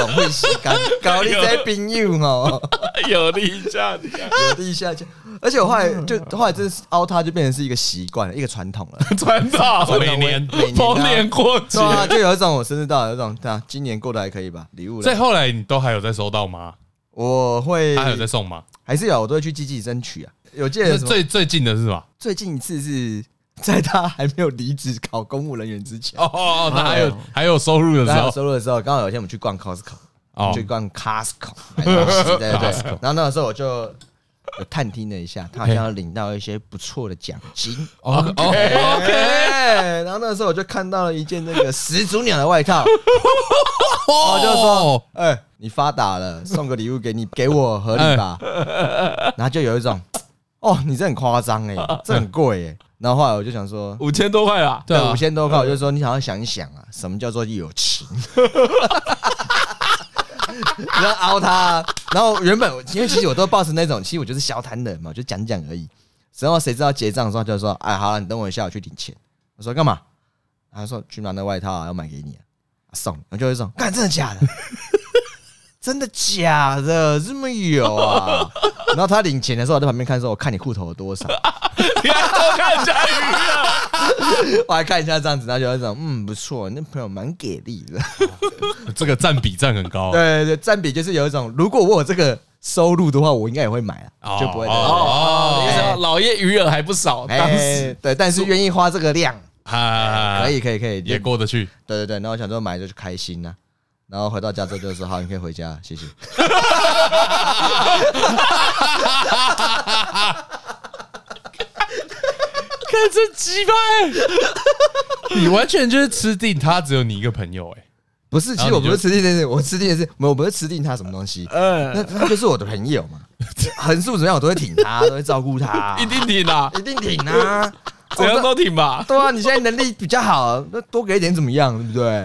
浪费时间，搞你这朋友吼，
有力下降，
有地下去。而且我后来就
嗯
后来真是凹他，就变成是一个习惯了，一个传统
<laughs>
了。
传统
每年
每年啊
逢年过节
对，啊，就有一种我生日到了，有一种对啊，今年过得还可以吧？礼物
所以
嘞，
后来你都还有在收到吗？
我会
他还有在送吗？
还是有，我都会去积极争取啊。有记
那
得什么？
最最近的是吧？
最近一次是 <laughs> 在他还没有离职考公务人员之前，
哦哦，哦，他还有
哎
还有收入的
他
时
有
候
收入的时候，刚好有一天我们去逛 Costco。
哦
去逛 Costco 买东西，对对对。然后那个时候我就有探听了一下，他好像领到一些不错的奖金。
哦哦，
哎然后那个时候我就看到了一件那个始祖鸟的外套，
我哦
我就说：“哎、你发达了，送个礼物给你，给我合理吧？”然后就有一种，哦，你这很夸张哎，这很贵哎、然后后来我就想说，
五千多块啦，
对啊
五，千多块，我就说你好好想一想啊，什么叫做友情？ <laughs> 然后凹他，啊然后原本我因为其实我都抱持那种，其实我就是消摊的嘛，我就讲讲而已。然后谁知道结账的时候他就说：“哎，好了，你等我一下，我去领钱。”我说：“干嘛？”他说：“去拿那外套、啊，要买给你、啊，送。”我就会说：“干，真的假的？真的假的？这么有啊？”然后他领钱的时候，我在旁边看说：“我看你户头有多少。”
你还偷看家鱼啊？
我还看一下这样子，他就会说：“嗯，不错，那朋友蛮给力的。”
这个占比占很高。
<laughs>
哦
对对对，占比就是有一种，如果我有这个收入的话，我应该也会买啊，
哦
就不会
哦
哦，你知道老爷余额还不少，
哎
当时
对，但是愿意花这个量，
啊，
可以可以可以，
也过得去。
对对对，那我想说买就开心呐、然后回到家之后就说好，你可以回家，谢谢。
看这鸡巴，你完全就是吃定他，只有你一个朋友哎、
不是，其实我不是吃定这件事，我吃定的是我不是吃定他什么东西，那
嗯，
他就是我的朋友嘛，横竖怎么样我都会挺他，都会照顾他，
<laughs> <laughs> 一定挺啦，
一定挺啊。
怎样都挺吧。
对啊，你现在能力比较好，那多给一点怎么样，对不对？，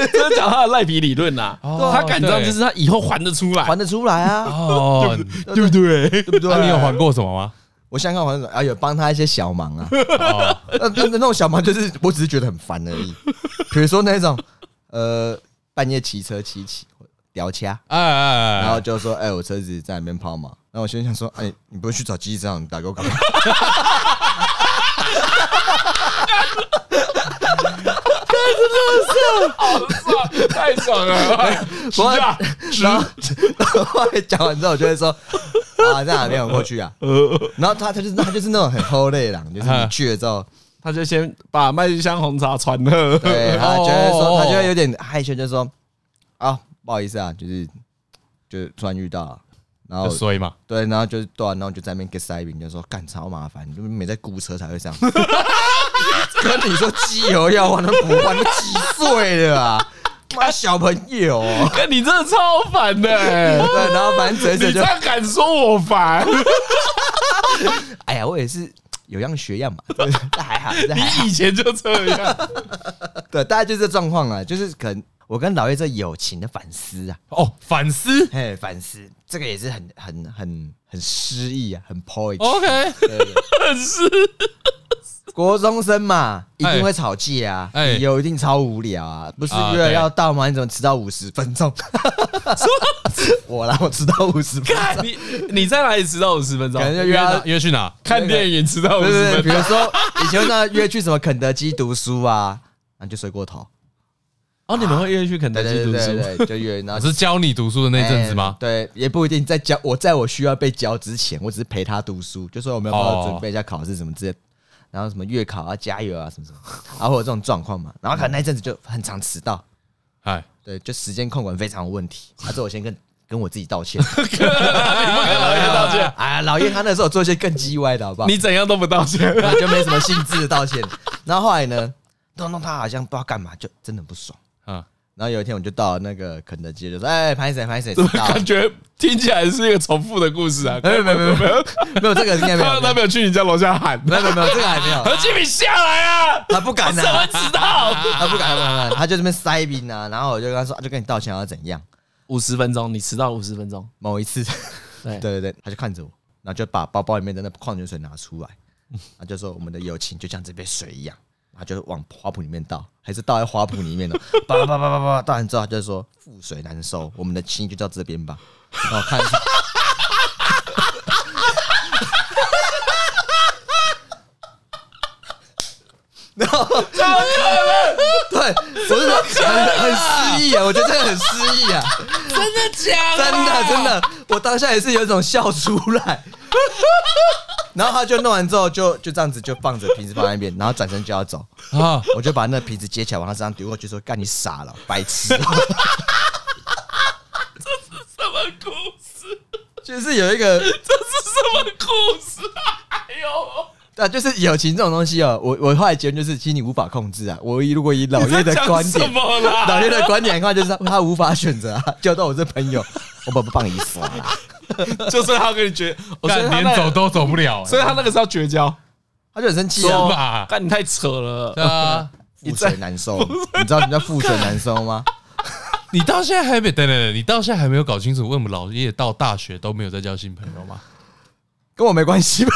对，这是讲他的赖皮理论呐，
哦
他敢账就是他以后还得出来
还，得出来啊，
<laughs> 哦，
对不对？
对不对？
啊那你有还过什么吗？
我香港还得啊，有帮他一些小忙啊，
<laughs> 哦
那那那种小忙就是，我只是觉得很烦而已。比如说那种，呃，半夜骑车骑骑聊掐，
哎哎，
然后
哎
就说：“哎、我车子在那边抛锚。”那我心里想说：“哎、你不会去找机长你打给我干嘛？”
太爽了！
<laughs> 我然后然后后来讲完之后，我就 <laughs> 会说：“啊，在哪边？我过去啊。”然后他他就是他就是那种很后累啦，就是你去了之后，
<laughs> 他就先把麦香红茶传了， <laughs>
对他就会
哦
说他就会有点害羞，就说：“啊，不好意思啊，就是就是突然遇到了。”然后
很衰嘛，
对，然后就是对、啊，然后就在那边 get 塞饼，就说干超麻烦，你就是每在估车才会这 <laughs> 样。跟你说机油要换都不换，都几岁了啊？妈小朋友、哦。
看你真的超烦的 <laughs> 欸，
对，然后反正嘴
你
嘴
这
就，
样敢说我 <laughs> 烦？
哎呀，我也是有样学样
<laughs>
嘛，对这还好，这还好。
你以前就这 <laughs> 样，
对，大概就是这状况啊，就是可能我跟老叶这友情的反思啊，
哦，反思
嘿，反思这个也是很很很很诗意啊，
哦
很 poet。
，OK，
对对对国中生嘛，一
哎
定会吵架啊，
哎
理由一定超无聊啊，不是
啊
约了
对
要到吗？你怎么迟到五十分
<laughs>
钟？我啦，我迟到五十分钟，
你你在哪里迟到五十分钟
可？能就约
约
到
哪。约去哪？
看电影迟到五
对
十
对对，
分
比
钟
如说以前那约去什么肯德基读书啊，那就睡过头。
哦，你们会愿意去肯
对
德基
对
读
对
书？
对对，就约然后
我是教你读书的那阵子吗
哎？对，也不一定在教我，在我需要被教之前，我只是陪他读书，就说我们要不要
哦
准备一下考试什么之类的，然后什么月考啊、加油啊什么什么，然后有这种状况嘛，然后可能那一阵子就很常迟到，
哎，
对，就时间控管非常有问题。啊，这我先跟跟我自己道歉。
老叶道歉，
哎呀，老叶他那时候做一些更叽歪的好不好？
<laughs> 你怎样都不道歉。 <laughs>
我就没什么兴致的道歉。然后后来呢，弄弄他好像不知道干嘛，就真的很不爽。
嗯，
然后有一天我就到了那个肯德基，就说：“哎，潘谁潘谁，迟到了
感觉听起来是一个重复的故事 <laughs> 啊！
哎，没有没有没有没有没有这个应该没有，
他
没有
他没有去你家楼下喊
没有没有这个还没
<laughs>
有，
何启敏下来 <laughs> 啊，
他不敢
怎么
啊，
知道？
他不敢，他不敢，他就这边塞冰啊。然后我就跟他说，啊就跟你道歉，要怎样？
五十分钟，你迟到五十分钟，
某一次，<laughs>
对
对对对，他就看着我，然后就把包包里面的那矿泉水拿出来，他就说我们的友情就像这杯水一样，然后就往花圃里面倒，还是倒在花圃里面的，叭叭叭叭叭叭，倒完之后他就说覆水难收，我们的情谊就到这边吧。然后我看，然后对，我是说很很失意啊，我觉得这个很失意啊。
真的假
真的真的，我当下也是有一种笑出
<laughs>
来。然后他就弄完之后就，就这样子就放着瓶子放在那边，然后转身就要走，
啊，
我就把那瓶子接起来往他身上丢过去，说：“干你傻了，白痴
什么故事？！”
就是有一个，
这是什么故事啊？哎呦！
啊，就是友情这种东西哦，我我后来结论就是，其实你无法控制啊。我如果以老
你
叶的
在讲
观
什
点，
么啊啦？
老叶的观点的话，就是他他无法选择啊，交到我这朋友，我把不帮你死啊。
就是他跟你绝，我
干连走，都走不了，欸
所以他那个是要绝交，
他就很生气啊，
说吧
干你太扯了
对。啊，
覆水难收。你知道什么叫覆水难收吗？
你到现在还没等等等，你到现在还没有搞清楚，为什么老叶到大学都没有再交新朋友吗？
<laughs> 跟我没关系吧？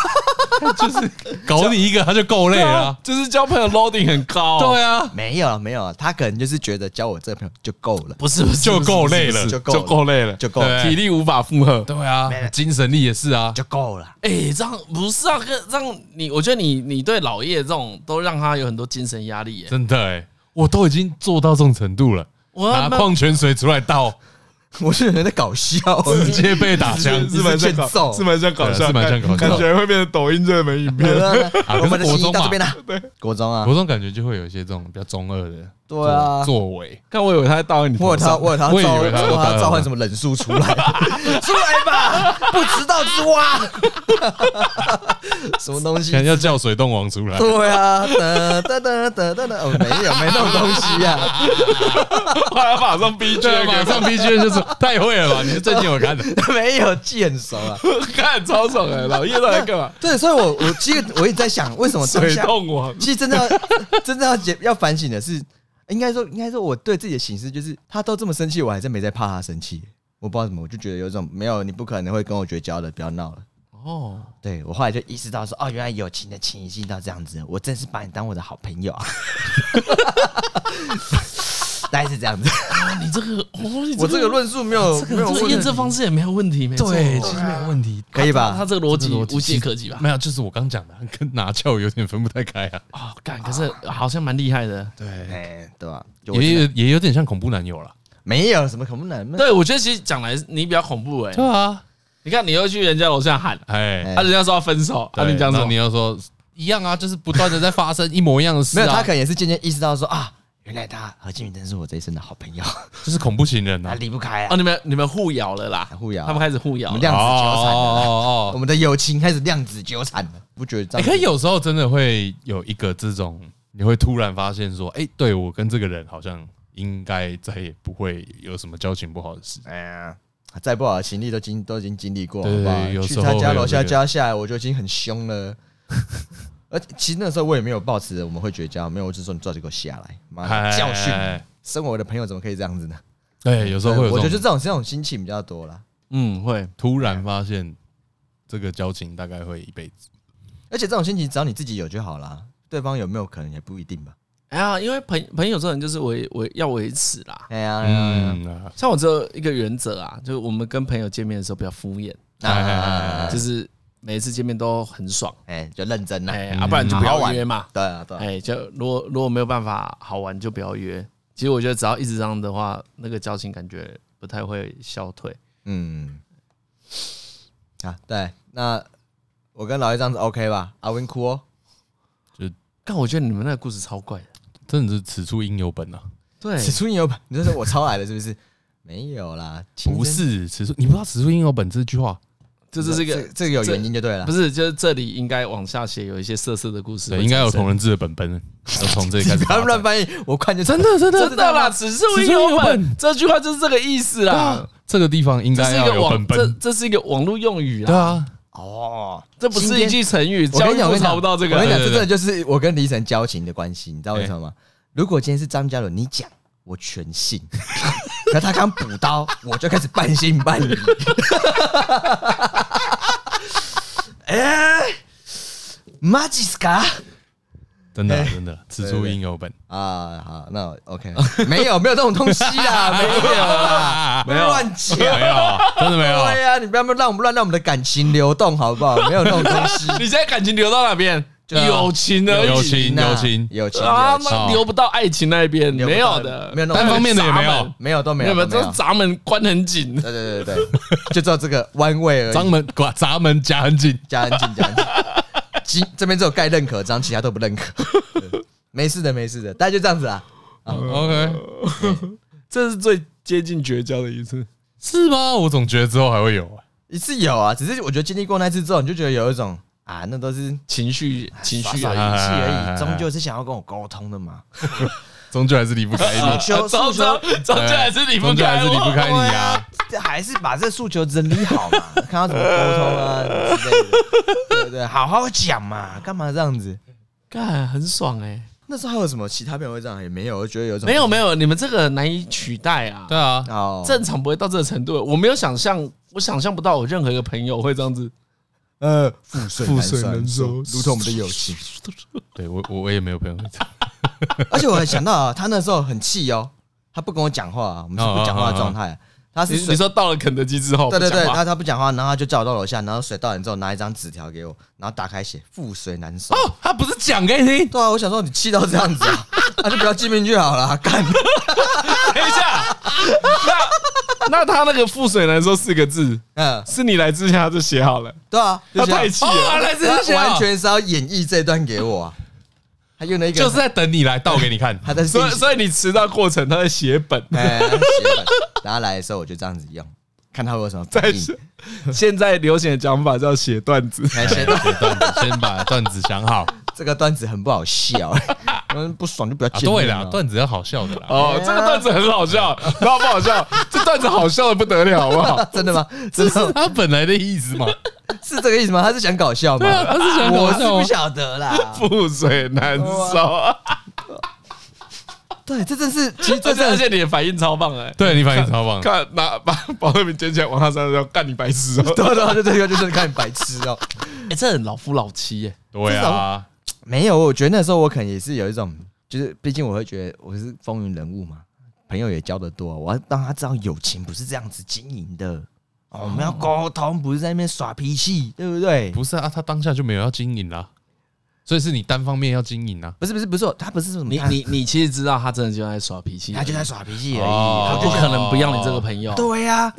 就是 <laughs> 搞你一个他就够累
对
了
啊，。就是交朋友 loading 很高。
对，啊，
<laughs> 没有没有，他可能就是觉得交我这个朋友就够了，
不是不是
就够累
不是
了
不是
就够
就
了
够累了，
就够了，
对
体力无法负荷。
对啊，精神力也是啊。
就够了。
哎、这样不是啊，跟这样你，我觉得你你对老叶这种都让他有很多精神压力耶。
真的哎、我都已经做到这种程度了，
我
拿矿泉水出来倒，
我是人在搞 <laughs> 笑，
直接被打枪。
是蛮像搞
是蛮像搞笑，
对是蛮像搞笑
感觉会变成抖音热门影片。
啊
<laughs> 我们
可
的
是国
心意
中
到
嘛
这边了，国中啊
我，这种感觉就会有一些这种比较中二的
对啊
作作为。
看我以为他在倒你
我有
头
他，
上，
我有他
我以
召，
为他
我有他召唤什么冷术出 <laughs> 来，出来吧，不知道之蛙， <laughs> 什么东西
现？在要叫水洞王出来，
对啊，哒哒哒哒哒哒，哦，没有，没那种东西啊，
他马上逼
对啊，马上 B G 就是太会了吧？你是最近有看的？
<laughs> 没有，记很熟啊。
看超爽的，老叶到底在干嘛？
对，所以我我其实我也在想，为什么当
水
下
洞王，
其实真的要 <laughs> 真的要解要反省的是，应该说应该说我对自己的形式就是，他都这么生气，我还真没在怕他生气。我不知道怎么，我就觉得有一种没有你不可能会跟我绝交的，不要闹了。
哦，
对我后来就意识到说，哦，原来友情的情谊到这样子，我真是把你当我的好朋友啊。 <laughs> 大概是这样子，
你这个，哦，你
我这个论述没有
这
没有
个这个
问
验
题
证方式也没有问题，没错，
对，其实没有问题，
可以吧
他？这个逻辑
这个逻辑
无懈可击吧？
没有，就是我刚讲的，跟拿翘有点分不太开啊。
哦，干，可是好像蛮厉害的。
对，
哎，对吧？我觉
也
得
有也有点像恐怖男友了。
没有什么恐怖男，
对，我觉得其实讲来你比较恐怖哎，
啊，
你看你又去人家楼下喊，
哎，
啊，人家说要分手，啊，
对
你讲什
然后
么
你？要说一样啊，就是不断的在发生一模一样的事
没有，他
啊
可，能也是渐渐意识到说啊，原来他何敬明真是我这一生的好朋
<laughs>
友，
就是恐怖情人
他
啊。
离不开啊
哦，。你们你们互咬了啦，
互咬啊
他们开始互咬
我们
了。
量子纠缠了啦，
哦
我们的友情开始量子纠缠了，不觉得这
欸
样？
可是有时候真的会有一个这种，你会突然发现说，哎、对我跟这个人好像应该再也不会有什么交情不好的事。
哎呀，再不好的情历都经都已经经历过，
对
好不好
对有
去
时候
他家
会有
楼
这
下
个
家下来，我就已经很凶了。 <laughs> 而且其实那时候我也没有抱持我们会绝交，没有，我只是说你抓紧给我下来，妈的
哎
教训你！身为我的朋友怎么可以这样子呢？
对，哎有时候会有
我觉
这
得就
种
这种这种心情比较多啦。
嗯，会。
突然发现这个交情大概会一辈子。
而且这种心情只要你自己有就好啦，对方有没有可能也不一定吧。
哎呀，因为朋朋友这种人就是维维要维持啦。
哎呀，哎呀哎呀
嗯啊，
像我只有一个原则啊，就是我们跟朋友见面的时候不要敷衍，
啊
哎哎哎哎
哎
就，是每一次见面都很爽，
哎，就认真啦。
哎，啊，不然就不
好
要
玩
约嘛。
对啊，对啊，
哎，就如果如果没有办法好玩就不要约。其实我觉得只要一直这样的话，那个交情感觉不太会消退。
嗯，啊，对，那我跟老叶这样子 OK 吧？阿文哭哦，
但我觉得你们那个故事超怪的，
真的是此处应有本啊！
对，
此处应有本，你这是我抄来的是不是？没有啦，亲身
不，是此处，你不知道此处应有本这句话，
这就是一
这
个
这个有原因就对了
不。是，就是这里应该往下写有一些色色的故事会
对，
产生，
应该有同人志的本本，要从这里
<laughs>
开始
不
发
要乱
展。
翻译，我看就真
的，真
真的啦，此处应有本，这句话就是这个意思啦。
啊这个地方啊应
哦这
该
是一
要
个
有本
网，这
本。
这是一个网络用语
对
啦，
啊，
哦。
这不是一句成语，
我跟
教
你
育
讲，我跟你讲，
部查不到这
我跟你
个。
讲，这真的就是我跟黎晨交情的关系，你知道为什么吗？如果今天是张嘉伦，你讲我全信， <laughs> 可他刚补刀，我就开始半信半疑。 <laughs> 哎、マジっすか？
真的啊真的，此
对
处
对
应有本。
啊，好，那我 OK，没有没有这种东西
<laughs>
啦，没有啦，
没有
乱讲。
<laughs> 没有，真的没有。
啊对呀、你不要让我们乱让我们的感情流动，好不好？没有那种东西，
你现在感情流到哪边？
对啊
<laughs> 友情而已，
友情
呐
友情
友情，
啊，
友情哦
那流不到爱情那一边，
流不
没
到
有的，
没有那种
单方面的也没
闸
有
门，
没有都没
没
有，
有，没有，
都
这
没
是
有。
闸门关很紧。
对对对对， <laughs> 就知道这个弯位而
闸
已。
门管闸门夹很紧，
加安静，加安静。鸡这边只有盖认可章，其他都不认可。对没事的，没事的，大家就这样子啦。
OK，
这是最接近绝交的一次。
是吗？我总觉得之后还会有啊，
一次有啊，只是我觉得经历过那次之后，你就觉得有一种啊，那都是
情绪情
耍
绪
耍
啊，
运气而已，终究是想要跟我沟通的嘛。
终究还是离不开
诉
哎
你，
求
终
诉
究
求，
终究还是离不
<laughs> 终究
开
还是离不
我。
开你啊。
这还是把这诉求整理好嘛， <laughs> 看他怎么沟通啊之类的，对不对？好好讲嘛，干嘛这样子？
干，很爽哎！
那时候还有什么其他朋友会这样？也没有，我觉得有一种
没有没有，你们这个难以取代啊。
对啊，
哦，
正常不会到这个程度，我没有想象，我想象不到我任何一个朋友会这样子。
呃，覆水
覆水难收
如同我们的友情。
对我我我也没有朋友会这样，
<laughs> 而且我还想到啊，他那时候很气哦，他不跟我讲话啊，我们是不讲话的状态啊。他是
你
水
你说到了肯德基之后，
对对
不
对，
讲话
他他不讲话，然后他就叫我到楼下，然后水倒完之后拿一张纸条给我，然后打开写覆水难收。
哦，他不是讲给
<laughs>
你听，
对啊，我想说你气到这样子啊啊，那就不要见面就好了，干。
等一下，那那他那个覆水难收四个字，
嗯，
是你来之前他就写好了，哦
对啊，
他
就是要
太气了，
来
他完全是要演绎这段给我啊。他用了一个，
就是在等你来倒给你看。
他在自己
所以所以你迟到过程他在写本，
哎，他写本然后来的时候我就这样子用，看他会有什么反
<laughs> <laughs> 在
应。
现在流行的讲法叫写段
<laughs>
子，
哎，先
写段子，先把段子想好。啊，
这个段子很不好
<laughs>
笑，嗯，不爽就不要见
啊对
面
啦，
了。
段子要好笑的啦。
哦，
哎
这个段子很好笑，然后不
<laughs>
好笑，这段子好笑的不得了，好不好？
啊真的吗？真
这是
的
<laughs> 他本来的意思嘛？
是这个意思吗？他是想搞笑吗？
他是想搞
我是
笑
不
啊。
晓得
<laughs>
啦。
覆水难收，
对，这真是，其实
而
这
且而
真的
且你的反应超棒哎、
对你反应超棒，
看拿把保特瓶捡起来往他身上扔，干你白痴哦、
<laughs> 对对对对，就是看你白痴哦。
哎、这很老夫老妻耶、
对啊，
没有，我觉得那时候我可能也是有一种，就是毕竟我会觉得我是风云人物嘛，朋友也交得多，我要让他知道友情不是这样子经营的。哦、我们要沟通，不是在那边耍脾气，对不对？
不是啊，他当下就没有要经营啦，所以是你单方面要经营啊。
不是不是不是，他不是什么，
你
他
你你其实知道他真的就在耍脾气，
他就在耍脾气而已。
哦
他不可能不要你这个朋友。
对呀、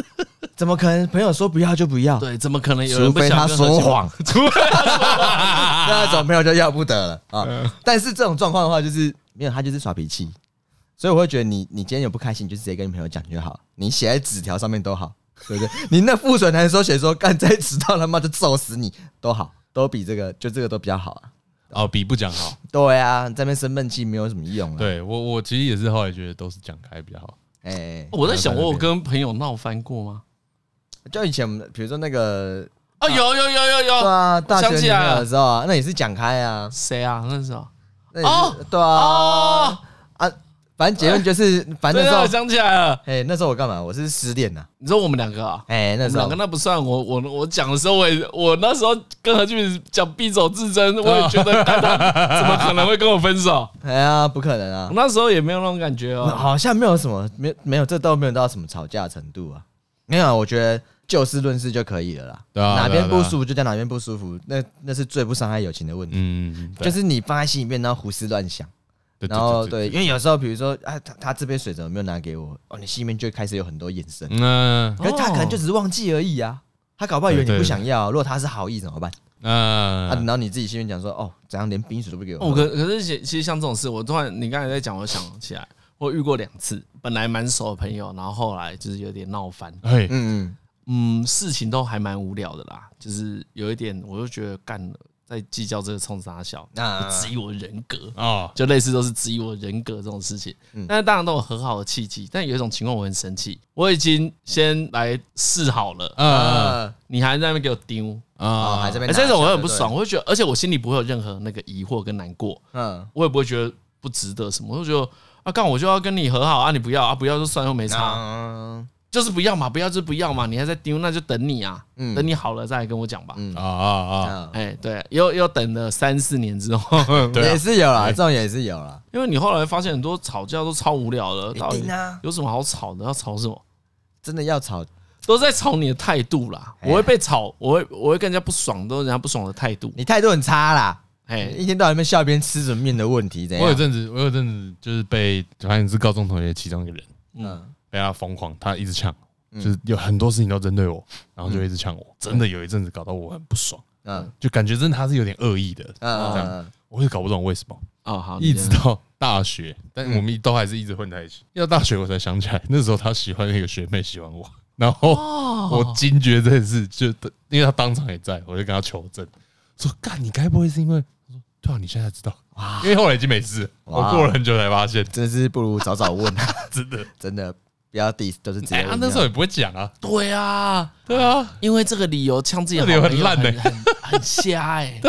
怎么可能朋友说不要就不要？
对，怎么可能有
除
人不
非
想
他
跟何
说
其
谎， <laughs>
除非他说谎嗯
那种朋友就要不得了啊。但是这种状况的话，就是没有他就是耍脾气，所以我会觉得你你今天有不开心，你就直接跟你朋友讲就好，你写在纸条上面都好，对不 <laughs> 对？你那副水男说写说干再迟到他妈就揍死你都好，都比这个就这个都比较好啊。
哦，比不
<laughs>
讲好。
对啊，在那边生闷气没有什么用啊。，
对我，我其实也是后来觉得都是讲开比较好。
哎、
我在想，我有跟朋友闹翻过吗？
就以前我们比如说那个
啊，有有有有
对
有，
啊，大学
想
女
起
朋
来了
友的时候啊，那也是讲开啊，
谁啊？那时候
那也是、
哦
对啊、
哦，
啊，反正结论就是，反正
对
那时
啊，
候
我想起来了，
哎、那时候我干嘛？我是失恋呐、啊。
你说我们两个啊，
哎、
我
那
们
时候
两个那不算，我我我讲的时候，我也我那时候跟何俊讲必走自珍，我也觉得
<laughs>
干他怎么可能会跟我分手？
哎呀，不可能啊
我！那时候也没有那种感觉
<laughs>
哦。
好像没有什么，没有没有，这都没有到什么吵架程度啊。没有啊，我觉得就事论事就可以了啦。
对啊
哪边
对啊
不舒服就讲哪边不舒服，那那是最不伤害友情的问题。
嗯，对
就是你放在心里面，然后胡思乱想，
对
然后对，因，为有时候比如说，啊，他他这杯水怎么没有拿给我？哦，你心里面就开始有很多眼神，
嗯
可是他可能就只是忘记而已啊。他搞不好以为你
对对
不想要，如果他是好意怎么办？啊，
嗯，哦
然后你自己心里面讲说，哦，怎样连冰水都不给我喝？
我哦可可是其其实像这种事，我突然你刚才在讲，我想起来，我遇过两次，本来蛮熟的朋友，然后后来就是有点闹翻。
哎，
嗯嗯。
嗯，事情都还蛮无聊的啦，就是有一点，我就觉得干了，在计较这个冲啥小，
啊
我质疑我人格，
哦，
就类似都是质疑我人格这种事情。
嗯
但是当然都有很好的契机，但有一种情况我很生气，我已经先来试好了，
嗯
啊
你还在那边给我丢，
哦，还
啊
这边
哎，
拿
这种我很不
下
爽，，我会觉得，而且我心里不会有任何那个疑惑跟难过，
对嗯，
我也不会觉得不值得什么，我就觉得啊，干我就要跟你和好啊，你不要啊，不要就算又没差，
嗯
就是不要嘛，不要就不要嘛，你还在丢，那就等你啊，
嗯
等你好了再来跟我讲吧。
嗯
啊啊
啊，
哎，对，又又等了三四年之后， <laughs>
对
嗯
啊
也是有啦，这种也是有啦，
因为你后来发现很多吵架都超无聊的，
一
到底
定啊，
有什么好吵的？要吵什么？
真的要吵，
都在吵你的态度啦。
哎呀
我会被吵，我会我会跟人家不爽，都是人家不爽的态度。
你态度很差啦，
哎，
一天到晚在那边笑别人吃什么面的问题，怎
我有
样？
阵子，我有阵子就是被，反正是高中同学其中一个人，
嗯，
被他疯狂，他一直呛，就是有很多事情都针对我，然后就一直呛我，真的有一阵子搞到我很不爽，
嗯
就感觉真的他是有点恶意的，
嗯
这样
嗯，
我也搞不懂为什么。
哦好，你
一直
这样
到大学，但我们都还是一直混在一起。一到大学我才想起来，那时候他喜欢那个学妹，喜欢我， <laughs> 然后我惊觉这件事，就因为他当场也在，我就跟他求证，说：“干，你该不会是因为……”他说：“对啊，你现在才知道，因为后来已经没事了，我
哇
过了很久才发现，
真是不如早早问，啊
真的。
<laughs> 真的不要 diss，都是直
哎，
接
他
问
那
就
时
好。
候也不会讲啊，
对啊，
对啊，
因为这个理由呛自己好
这
朋
理
友
由
很
很烂
很
欸
很瞎哎，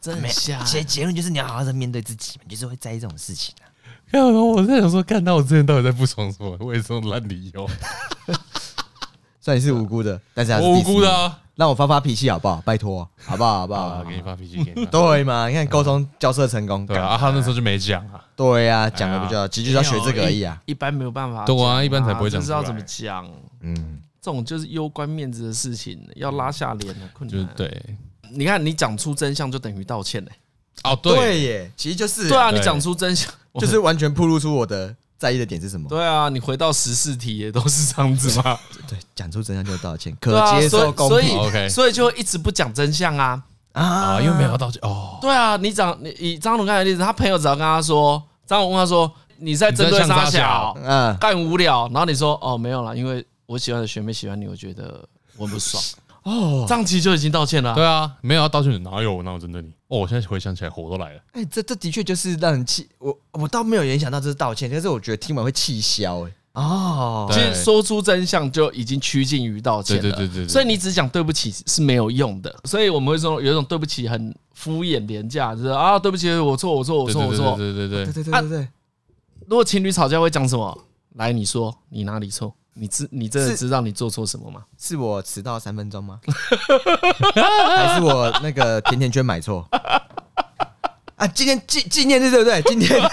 真的很瞎。欸
结结论就是你要好好的面对自己，你就是会在意这种事情啊。
然后我在想说，干，那我之前到底在不爽什么？为什么烂理由？
虽然你是无辜的，但是他是
我无辜的
diss
啊！
你，让我发发脾气好不好？拜托，好不好？好不
啊，
好
给？你发脾气， <laughs> 给你发。
对嘛？你看沟通交涉成功，
对啊，啊他那时候就没讲啊。
对啊，讲的不就好，其实就是要学这个而已啊。
一般没有办法讲，
对啊一般才不会讲
这知道
出来
怎么讲。
嗯，
这种就是攸关面子的事情，要拉下脸的困
就是
难。啊
对，
你看，你讲出真相就等于道歉嘞。欸
哦，对，
对耶，其实就是
对啊，你
对
讲出真相
就是完全暴露出我的在意的点是什么？
对啊，你回到十四题也都是这样子嘛，
对，讲出真相就道歉，
<laughs> 对
可
啊，
接
所
受
以
公
所
平
以
OK
所以就一直不讲真相啊。
啊
啊，因为没有道歉哦。
对啊，你讲你以张鲁刚才的例子，他朋友只要跟他说，张鲁问他说你在针对
你在向
沙
沙
小
小
嗯，
干无聊，然后你说哦没有啦，因为我喜欢的学妹喜欢你，我觉得我很不
<laughs>
爽。
啊
哦，这样其实就已经道歉了啊、
对啊，没有要道歉，哪有哪有针对你？哦，我现在回想起来火都来了。
哎，这这的确就是让人气，我我倒没有联想到这是道歉，但是我觉得听完会气消哎。哦，
其
对
实说出真相就已经趋近于道歉了。
对对对对对
所以你只讲对不起是没有用的。所以我们会说有一种对不起很敷衍廉价，就是啊对不起，我错我错我错我错。
对对
对
对对
对对
啊
对对，
如果情侣吵架会讲什么？来，你说你哪里错？你知你真的
是
知道你做错什么吗？
是我迟到三分钟吗？还是我那个甜甜圈买错？啊，今天纪纪念日对不对？今天 <laughs>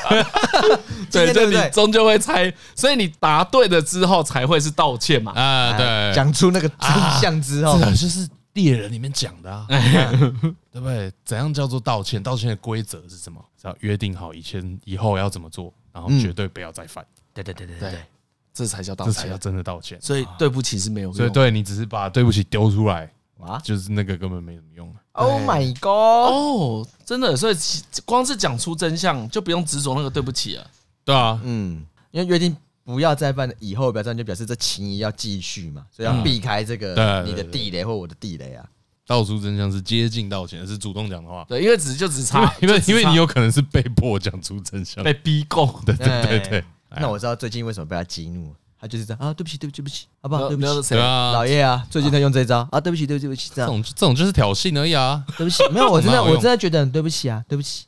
今天对
就
不
你
对？
终究会猜，所以你答对了之后才会是道歉嘛。
啊，对，
讲出那个真相之后
这，个就是猎人里面讲的啊， <laughs> 对不对？怎样叫做道歉？道歉的规则是什么？只要约定好以前以后要怎么做，然后绝对不要再犯，
对对对对
对，这才叫道
这才
歉
叫。真的嗯道歉。
所以对不起是没有用的。
所以对你只是把对不起丢出来，
哇
就是那个根本没什么用。
！Oh my god！
哦，真的，所以其光是讲出真相就不用执着那个对不起了。
对啊，
嗯，因为约定不要再犯，以后不要再犯，就表示这情谊要继续嘛，所以要避开这个
嗯
你的
对对对
地雷或我的地雷啊。
道出真相是接近道歉，是主动讲的话，
对，因为只就只差，
因为
就只
因为
差嗯
你有可能是被迫讲出真相。
被逼供的，
对对对
哎，那我知道最近为什么被他激怒，他就是这样啊，对不起，对不起，对不起，好不好？对不
那是
起，
谁
对？啊，
老叶啊，最近他用这招啊，对不起，对不起，对不起，这
这
样，
种这种就是挑衅而已啊。
对不起，没
<laughs>
有，我真
蛮
的
好用
我真的觉得很对不起啊，对不起，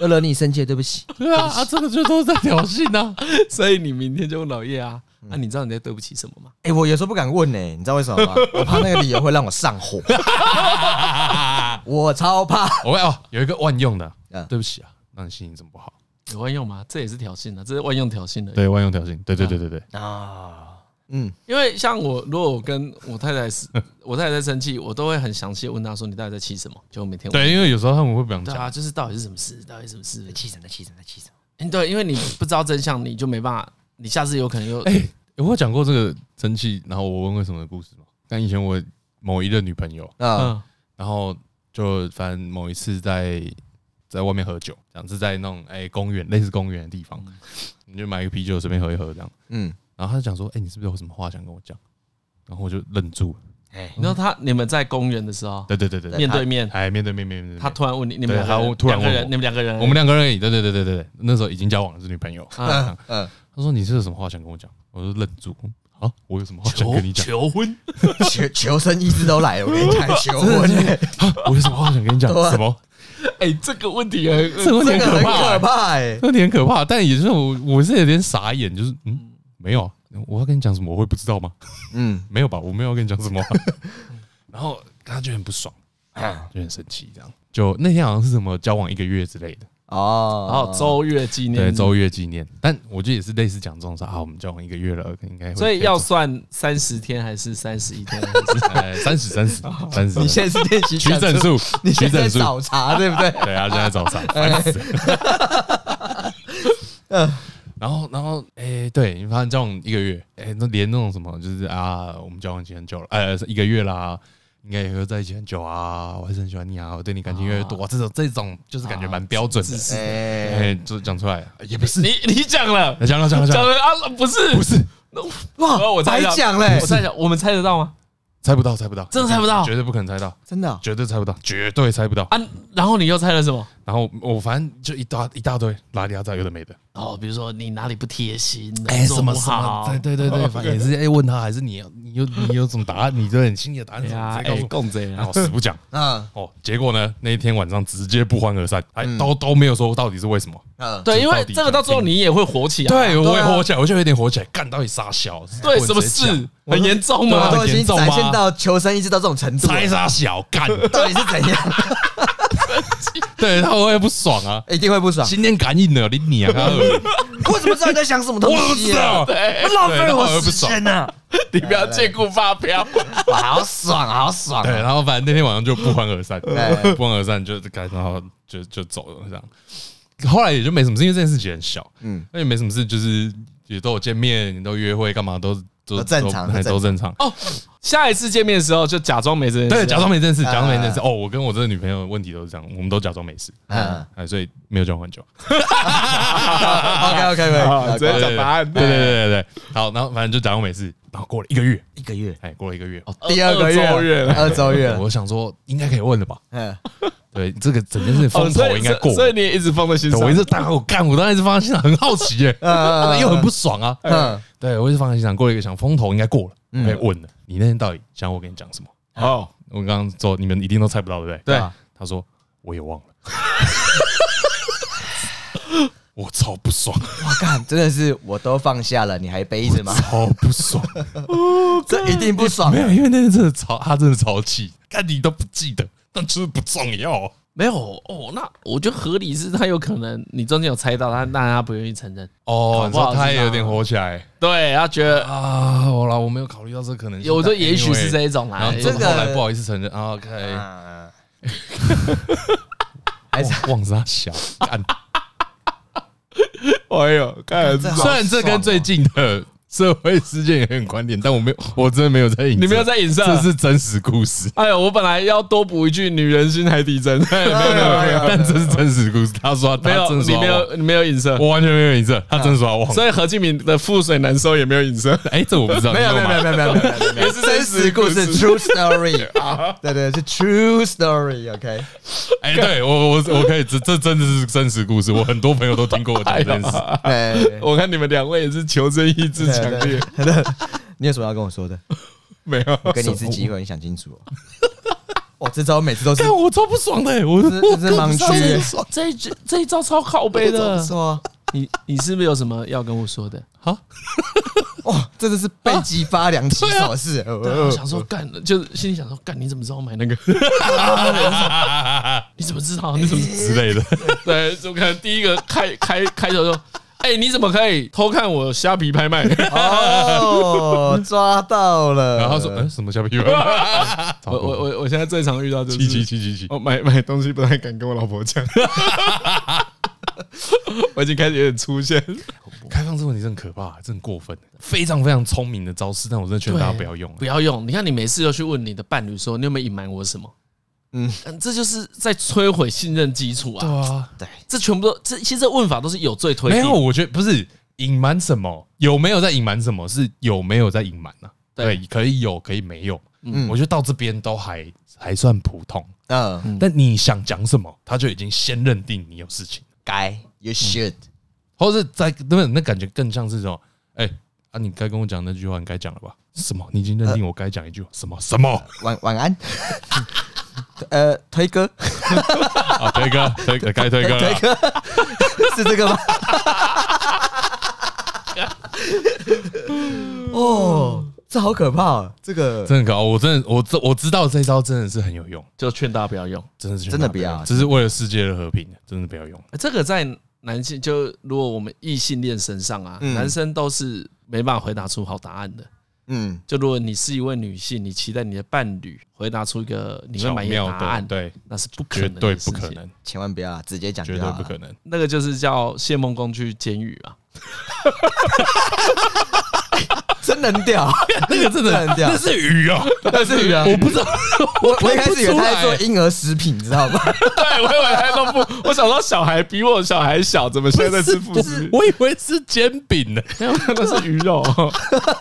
又惹你生气了，对不起。
对啊，
<laughs>
啊，这个就都是在挑衅啊。
所以你明天就问老叶啊，
嗯
那、你知道你在对不起什么吗？
哎，我有时候不敢问呢，你知道为什 <laughs> 么吗？我怕那个理由会让我上
<laughs>
火，我超怕。
我会哦，有一个万用的
嗯，
对不起啊，让你心情这么不好。
有万用吗？这也是挑衅啊，这是万用挑衅的。
对，万用挑衅，对对对对对，
啊，嗯，
因为像我，如果我跟我太太是， <laughs> 我太太在生气，我都会很详细地问她说：“你到底在气什么？”就每天问
对，因为有时候他们会不想
对
讲，
啊，就是到底是什么事，到底是什么事？
气什么？气什么？气什么？
嗯对，因为你不知道真相，你就没办法，你下次有可能又
哎、我有讲过这个生气，然后我问为什么的故事吗？但以前我某一任女朋友，
啊，
嗯
然后就反正某一次在在外面喝酒，这样是在那种哎、公园类似公园的地方，你就买一个啤酒随便喝一喝这样。
嗯，
然后他就讲说：“哎、你是不是有什么话想跟我讲？”然后我就愣住了。
哎
你，知道他你们在公园的时候
对对对对，
面对面，
哎，面对面面对面，
他突然问你，你们
对
两个
他
人
突然
两个
问
人，
我
你们两个人，
我们两个人而已，对对对对对对，那时候已经交往了，是女朋友。 <laughs>
嗯嗯，
他说：“你是有什么话想跟我讲？”我就愣住。啊，我有什么话想
求
跟你讲？
求婚，
求求生意志都来了，我跟你
<laughs>
讲，求婚
<laughs>
欸，
啊我有什么话想跟你讲？
对啊
什么？
哎、这个问题很
<laughs> 这个问题
这个很
很可怕欸、
可
哦
怕哎
这，有点可怕，但也是我，我是有点傻眼，就是嗯，没有啊，我要跟你讲什么，我会不知道吗？
嗯，
没有吧，我没有要跟你讲什么啊、 <laughs> 然后他就很不爽，就很生气，这样。啊就那天好像是什么交往一个月之类的，
哦，
然后周月纪念
对，
日，
周月纪念。但我觉得也是类似讲这种事啊，我们交往一个月了，应该会
所以要算三十天还是三十一 <laughs> 天？还是
哎三十三十三十，
哦你现在是练
<laughs>
习
取
讲
整
出，
数，
你
取
现在
整
在
数，
找哎茬对不
<laughs>
对？
对啊，现在早上，烦死了。然后，然后，哎、对你发现交往一个月，哎、那连那种什么，就是啊，我们交往已经很久了，哎、一个月啦，应该也会在一起很久啊，我还是很喜欢你啊，我对你感情越来越多，哇这种这种就是感觉蛮标准的，哎、
哎，
就讲出来也不是，
你你讲了，
讲了讲
哎
讲
了讲了，
了啊？不是
不，是，
然哦后我
哇，
猜
白
一下
讲嘞
我，猜想，我们猜得到吗？
猜不到，猜不到，
真的猜不到
绝对不可能猜到，
真的哦，
绝对猜不到，绝对猜不到。
啊，然后你又猜了什么？
然后我反正就一大一大堆拉里拉杂有的没的，
哦，比如说你哪里不贴心，
哎、
做
什
不
么什么
好？，
对对对 <laughs> 对，反正也是哎、问他，还是你你有你有什么答案？你对你心里的答案
哎
是什
呀，
么？直接告
哎，
诉我。
共贼
然
啊
后！死
<laughs>
不讲
嗯
哦，结果呢，那一天晚上直接不欢而散，哎，都都没有说到底是为什么。
嗯，
对，因为
到底
这个到最后你也会火起来。
对，我也
啊
火起来，我就有点火起来，干到底傻小，
对，
问
什么
谁讲
事？很严重
对
吗
啊
我？都已
很严
经
重
展
吗
现到求生意志到这种程度了，
猜傻小 <laughs> 干？
到底是怎样？
<laughs> 对，他会不爽 <laughs> 啊，
一定会不爽。
心电感应的，你你 <laughs> 啊，他二人
我怎么知道你在想什么东
我不知
西啊？
道，
哎对，
浪
对
费
然后我
我
又不
时
爽
间啊呐！
<laughs> 你不要借故发飙。
我好爽，好爽
对，
啊！
然后反正那天晚上就不欢而散，
哎
不欢而散就该然后就就走了这样。后来也就没什么事，因为这件事情很小，嗯
嗯，
那也没什么事，就是也都有见面，都约会干嘛，都都
都正常
都哎
都
都正常。
哦，下一次见面的时候就假装没这件事，
对，假装没认识，
啊
假装没认识。哦，我跟我这个女朋友的问题都是这样，我们都假装没事，
嗯
哎，所以没有交往很久。
，OK OK
啊
OK，
直接讲答案
对对对对对，好，然后反正就假装没事，然后过了一个月，
一个月，
哎，过了一个月，哦，
第二个
二周月
月，二周
<laughs>
月，
我想说应该可以问了吧？
嗯，
对，这个整件事
哦
风头应该
所
过
以，所以你也一直放在心
<laughs> 对
上。
我一直大我干，我当然是放在心上，很好奇 <laughs> 耶，
嗯
又很不爽啊。
嗯，
对，我一直放在心上，过了一个想风头应该过了，
嗯
可以问了。你那天到底想我跟你讲什么？
哦，
我刚刚说你们一定都猜不到，对不对？
对
啊
他说我也忘了， <laughs> 我超不爽，
我干，真的是我都放下了，你还背着 <laughs> 吗？
超不 <laughs> 爽。
这一定不爽
没，有，因为那天真的超，他真的超气，看你都不记得，但就是不重要。
没有哦，那我觉得合理是他有可能你中间有猜到他，但他不愿意承认。
哦，你
搞不好
说他
是
也
他
有点火起来
对，他觉得
啊！好啦，我没有考虑到这个可能性，
有的
但
也许是
anyway
这一种啦
然后。
哎
这
这
后
个
来不好意思承认啊，OK，
嗯
还
哦
是忘他 <laughs> 小干。
哎呦，看
这好
虽然这
爽
跟
哦
最近的社会事件也很关联，但我没有，我真的没有在影射，
你没有在影射啊
这是真实故事。
哎呦，我本来要多补一句“女人心海底
<laughs>
针”， <laughs> 没有
没有没有
但这是真实故事。他说他
没
他
有，
真的
你
说他
没
忘了，
有，你没有影射，
我完全没有影射，他真的说他忘
<laughs>
了。
所以何敬明的覆水难收也没有影
<laughs>
射。
哎，这我不知道，
没有
你
没有没
吗
有没有没有没有，没有
也是真实故
故
事
事，true
<laughs>
story 啊，对对是 true story，OK，
哎，对我我我可以，这这真的是真实故事，我很多朋友都听过我讲这件事。
对，
哎啊 <laughs> 我看你们两位也是求生意志强烈，
对。 <laughs> 对对你有什么要跟我说的？
没有？
我给你一次机会，你想清
<laughs>
楚哦。我这招每次都是
哎
但我超不爽
欸
的，我
这
我
这是盲区
真的
这这一句这一招超靠背
这
的
么。说啊，
你你是不是有什么要跟我说的？
哇，这哦就是背脊发凉起手式。呃
对啊，我想说干，就是心里想说干，你怎么知道我买那个？ <laughs> 你怎么知道？你怎么？
之
<laughs>
类的。
对，就可能第一个开开开头就，哎、你怎么可以偷看我虾皮拍卖？
<laughs>
哦，抓到了。
然后他说：“嗯，什么小屁
<laughs>
股？”
我我我我现在最常遇到就是
七七七七七，
我买买东西不太敢跟我老婆讲， <laughs> 我已经开始有点出现。
开放这个问题真的很可怕，真的很过分，非常非常聪明的招式，但我真的劝大家不要用。
不要用。你看，你每次都去问你的伴侣说你有没有隐瞒我什么？嗯
嗯，
这就是在摧毁信任基础啊！
啊，
对，
这全部都这其实这问法都是有罪推
没
定。
有，我觉得不是隐瞒什么，有没有在隐瞒什么，是有没有在隐瞒呢？
对
对，可以有，可以没有。
嗯
我觉得到这边都还还算普通，
嗯，
但你想讲什么，他就已经先认定你有事情，
该 you should，
或者是在那那感觉更像是什么？哎啊，你该跟我讲那句话，你该讲了吧？什么？你已经认定我该讲一句话什么什么？
晚晚安。 <laughs> 呃，推哥，
啊，推哥，推哥该推哥
<laughs>
啊了
推。哥， <laughs> 是这个吗？哦，这好可怕哦，这个
真的搞，我真的我知我知道这一招真的是很有用，
就劝大家不要用。
真的是
真的不
用
要
这是为了世界的和平，真的不要用。
呃这个在男性，就如果我们异性恋身上啊，
嗯
男生都是没办法回答出好答案的。
嗯，
就如果你是一位女性，你期待你的伴侣回答出一个你会满意的
巧
答
妙的
案，
对，
那是不可
绝
能的
对
事
不可
情。
能，
千万不要啊，直接讲
绝
就
对
好
不
了。
可能。
那个就是叫谢梦工去监狱啊。
真能屌，
<laughs> 那个真的
真的
那是鱼啊，
但是原
我不
<laughs>
知道，
我我一开始以为他在
说
做婴儿食品，你知道吗？
对，我以为他弄不，我想说小孩比我小孩小，怎么现在在吃辅食？
我以为是煎饼呢。
没有，那 <laughs>
<laughs>
是鱼肉。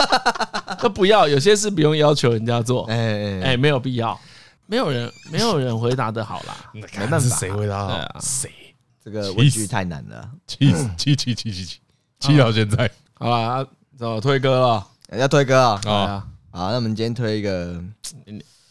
<laughs> 那不要，有些事不用要求人家做，
哎哎
哎，没有必要，没有人没有人回答的好啦。
没
办法
是谁回答
对啊
好？谁？
这个
气
问句
死
太难了，
气死气气气气气气到现在
好啦，啊走推歌了。
要推歌啊！
对
啊！
啊，
好，那我们今天推一个，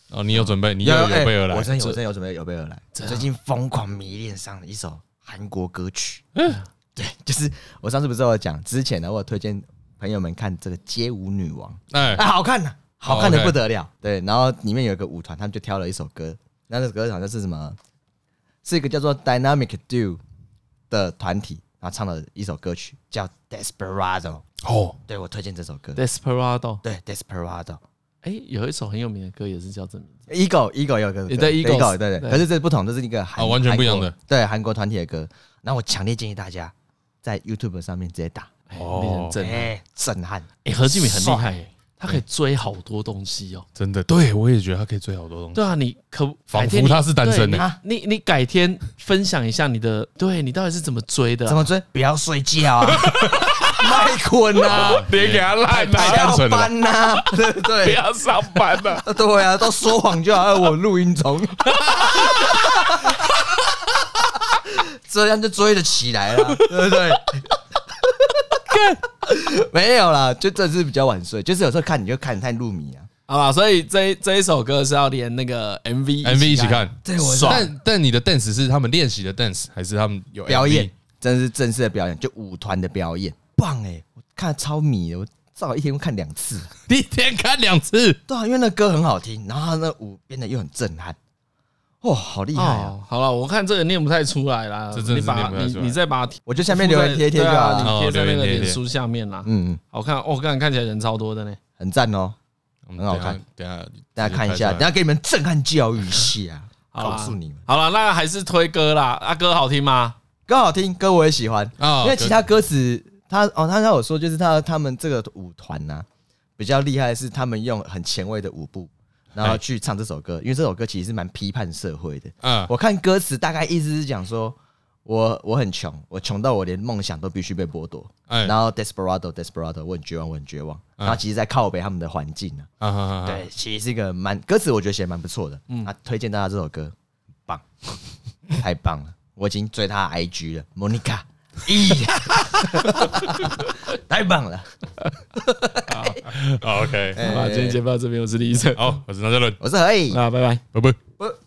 哦，你有准备，你有有
哎
备而来啊
我。真有，我真有准备有备而来。我最近疯狂迷恋上了一首韩国歌曲，
嗯
对，就是我上次不是有讲，之前呢，我有推荐朋友们看这个《街舞女王
哎》，
啊，好看呐、好看
哦
的
，OK
不得了。对，然后里面有一个舞团，他们就挑了一首歌，那这首歌好像是什么，是一个叫做 Dynamic Duo 的团体，然后唱的一首歌曲叫《Desperado》。
哦，
对我推荐这首歌，
Desperado，
对，Desperado。
哎，有一首很有名的歌也是叫这名字，
Ego Ego 有个
也在 Eagles，
Ego 对
对
对，可是这不同，这是一个韩
啊完全不一样
韩
的
国对韩国团体的歌。那我强烈建议大家在 YouTube 上面直接打
令
哦
人震撼。
哎，震撼！
哎，何敬敏很厉害
帅
耶，他可以追好多东西哦。
真的，对我也觉得他可以追好多东西。
对啊，你可
仿
改天
佛
你
他是单身
对啊
的
你你你改天分享一下你的，对你到底是怎么追的啊？
怎么追？不要睡觉 <laughs> 啊，麦捆啊，
别给他
太
烂， <laughs> 太单
下
纯了吧。
班呐，啊 <laughs> 对不对？
要上班了、
对啊，都说谎就好，哎我录音中，这样就追得起来了，对不对？没有啦，就这是比较晚睡，就是有时候看你就看得太入迷啊。
好吧，所以这一这一首歌是要连那个 MV
MV 一起看，
对我
爽
但但你的 dance 是他们练习的 dance，还是他们有 MV？
表演真的是正式的表演，就舞团的表演，棒哎、我看得超迷的，我至少一天会看两次。
你一天看两次，
对啊，因为那歌很好听，然后那舞编的又很震撼，哇、好厉害啊！
哦，好了，我看这个念不太出来啦，
这真的
你
是
把
念不太
你
出来
你再把它
我就下面留言贴一贴就好
对啊
了。
你贴在那个
哦留言贴一贴
脸书下面啦。
嗯，
好看，我看看起来人超多的呢。
很赞哦。
很
好看。
等一下
大家看一下，等一下给你们震撼教育一下，告诉你们
好啊了，那还是推歌啦。啊，歌好听吗？
歌好听，歌我也喜欢，
啊
因为其他歌词他哦，他他有说就是他他们这个舞团呐、比较厉害的是他们用很前卫的舞步，然后去唱这首歌，因为这首歌其实是蛮批判社会的。
嗯，
我看歌词大概意思是讲说。我我很穷，我穷到我连梦想都必须被剥夺。
哎
然后 desperado desperado，我很绝望，我很绝望。
嗯
然后其实，在靠北他们的环境呢、
啊哈
<laughs>
哈，
对，其实是一个蛮歌词，我觉得写得蛮不错的。嗯，啊，推荐大家这首歌，很棒，太棒了！我已经追他的 IG 了，Monica，咦， <laughs> 太棒了！
好 OK，
哎
好啦，今天节目到这边，我是李医生，
哎好，我是张嘉伦，
我是何以。
啊，拜拜。
拜拜。